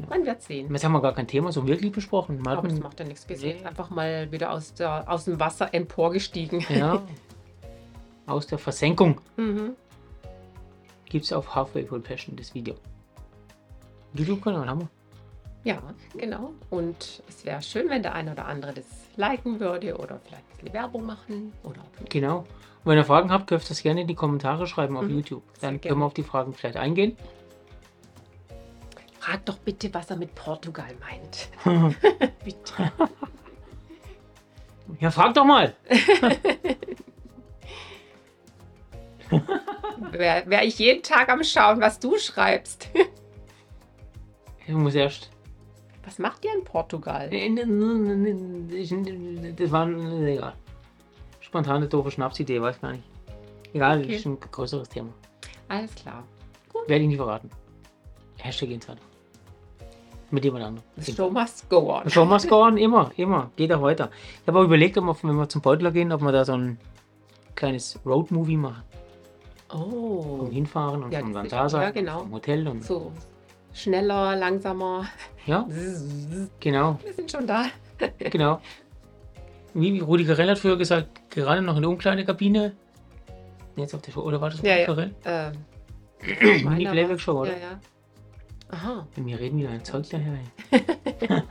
Speaker 1: man wird sehen.
Speaker 2: Jetzt haben wir gar kein Thema so wirklich besprochen. Wir
Speaker 1: Aber das
Speaker 2: hatten-
Speaker 1: macht ja nichts. Wir
Speaker 2: Nee.
Speaker 1: sind jetzt einfach mal wieder aus, der, aus dem Wasser emporgestiegen.
Speaker 2: [laughs] ja. Aus der Versenkung
Speaker 1: [laughs] Mhm.
Speaker 2: gibt es auf Halfway Full Passion das Video. YouTube-Kanal haben wir.
Speaker 1: Ja, genau. Und es wäre schön, wenn der eine oder andere das liken würde oder vielleicht ein bisschen Werbung machen. Oder
Speaker 2: Genau. Und wenn ihr Fragen habt, dürft ihr das gerne in die Kommentare schreiben auf
Speaker 1: Mhm.
Speaker 2: YouTube.
Speaker 1: Sehr
Speaker 2: Dann können
Speaker 1: gerne.
Speaker 2: wir auf die Fragen vielleicht eingehen.
Speaker 1: fragt doch bitte, was er mit Portugal [laughs] meint. bitte.
Speaker 2: Ja, frag doch mal.
Speaker 1: Wäre wär ich jeden Tag am Schauen, was du schreibst. [laughs]
Speaker 2: Ich muss erst.
Speaker 1: Was macht ihr in Portugal?
Speaker 2: Nee, nee, nee, nee, nee, Das war nee, egal. Spontane doofe Schnapsidee, weiß gar nicht. Egal,
Speaker 1: Okay.
Speaker 2: das ist ein größeres Thema.
Speaker 1: Alles klar.
Speaker 2: Werde ich nicht verraten. Hashtag Insider. Mit jemand anderem.
Speaker 1: The show must go on.
Speaker 2: Schon mal scoren, immer, immer. Geht auch weiter. Ich habe auch überlegt, ob wir, wenn wir zum Beutler gehen, ob wir da so ein kleines Roadmovie machen.
Speaker 1: Oh.
Speaker 2: Vom Hinfahren und
Speaker 1: Ja,
Speaker 2: vom
Speaker 1: das
Speaker 2: dann
Speaker 1: ist-
Speaker 2: da sein.
Speaker 1: ja,
Speaker 2: und
Speaker 1: genau.
Speaker 2: Vom Hotel und.
Speaker 1: So schneller, langsamer.
Speaker 2: Ja,
Speaker 1: Wir
Speaker 2: genau,
Speaker 1: sind schon da.
Speaker 2: genau. Wie, wie Rudi Carell hat früher gesagt, gerade noch in der Umkleidekabine. Jetzt auf der Show, oder war das
Speaker 1: Ja,
Speaker 2: Rudi
Speaker 1: ja.
Speaker 2: Carell?
Speaker 1: Ähm,
Speaker 2: Mini
Speaker 1: meiner
Speaker 2: Playback Show,
Speaker 1: war's.
Speaker 2: oder?
Speaker 1: Ja, ja. Aha.
Speaker 2: Mit mir reden wieder ein Zeug daher. [laughs]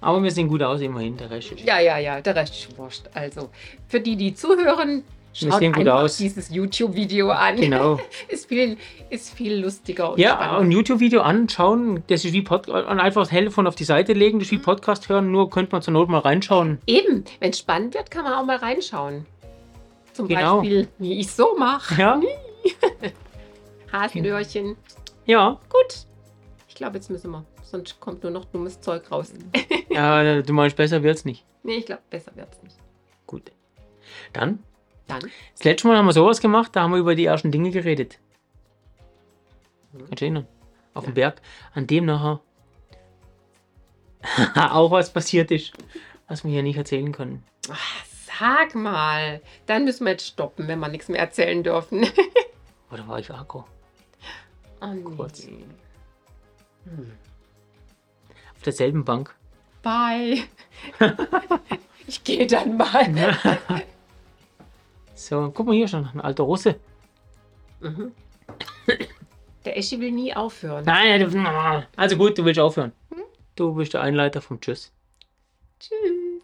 Speaker 2: Aber wir sehen gut aus, immerhin, der Rest ist.
Speaker 1: Ja, ja, ja, der Rest ist wurscht. Also, für die, die zuhören,
Speaker 2: Wir
Speaker 1: schaut
Speaker 2: sehen gut
Speaker 1: einfach
Speaker 2: aus.
Speaker 1: dieses YouTube-Video an.
Speaker 2: Genau.
Speaker 1: [laughs] ist, viel, ist viel lustiger und
Speaker 2: Ja,
Speaker 1: spannender.
Speaker 2: ein YouTube-Video anschauen, das ist wie Podcast, einfach das Telefon auf die Seite legen, das ist wie
Speaker 1: Mhm.
Speaker 2: Podcast hören, nur könnte man zur Not mal reinschauen.
Speaker 1: Eben, wenn es spannend wird, kann man auch mal reinschauen. Zum
Speaker 2: Genau.
Speaker 1: Beispiel, wie ich so
Speaker 2: [laughs]
Speaker 1: mache.
Speaker 2: Ja, Genau.
Speaker 1: Hasenöhrchen.
Speaker 2: ja.
Speaker 1: Gut. Ich glaube, jetzt müssen wir. Sonst kommt nur noch dummes Zeug raus.
Speaker 2: Mhm. ja du meinst, besser wird's nicht.
Speaker 1: [laughs] nee, ich glaube, besser wird es nicht.
Speaker 2: Gut. Dann,
Speaker 1: Dann.
Speaker 2: das letzte Mal haben wir sowas gemacht, da haben wir über die ersten Dinge geredet. Kannst du dich erinnern? Auf dem Berg, an dem nachher [laughs] auch was passiert ist, was wir hier nicht erzählen können.
Speaker 1: Ach, sag mal. Dann müssen wir jetzt stoppen, wenn wir nichts mehr erzählen dürfen.
Speaker 2: Oder war ich Akku? Auf
Speaker 1: [laughs] Oh, nee.
Speaker 2: Kurz. derselben Bank.
Speaker 1: Bye. [laughs] Ich gehe dann mal.
Speaker 2: So, guck mal hier schon, ein alter Russe.
Speaker 1: Mhm. Der Eschi will nie aufhören.
Speaker 2: Nein, du- also gut, du willst aufhören. Du bist der Einleiter vom Tschüss.
Speaker 1: Tschüss.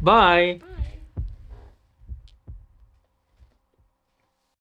Speaker 2: Bye.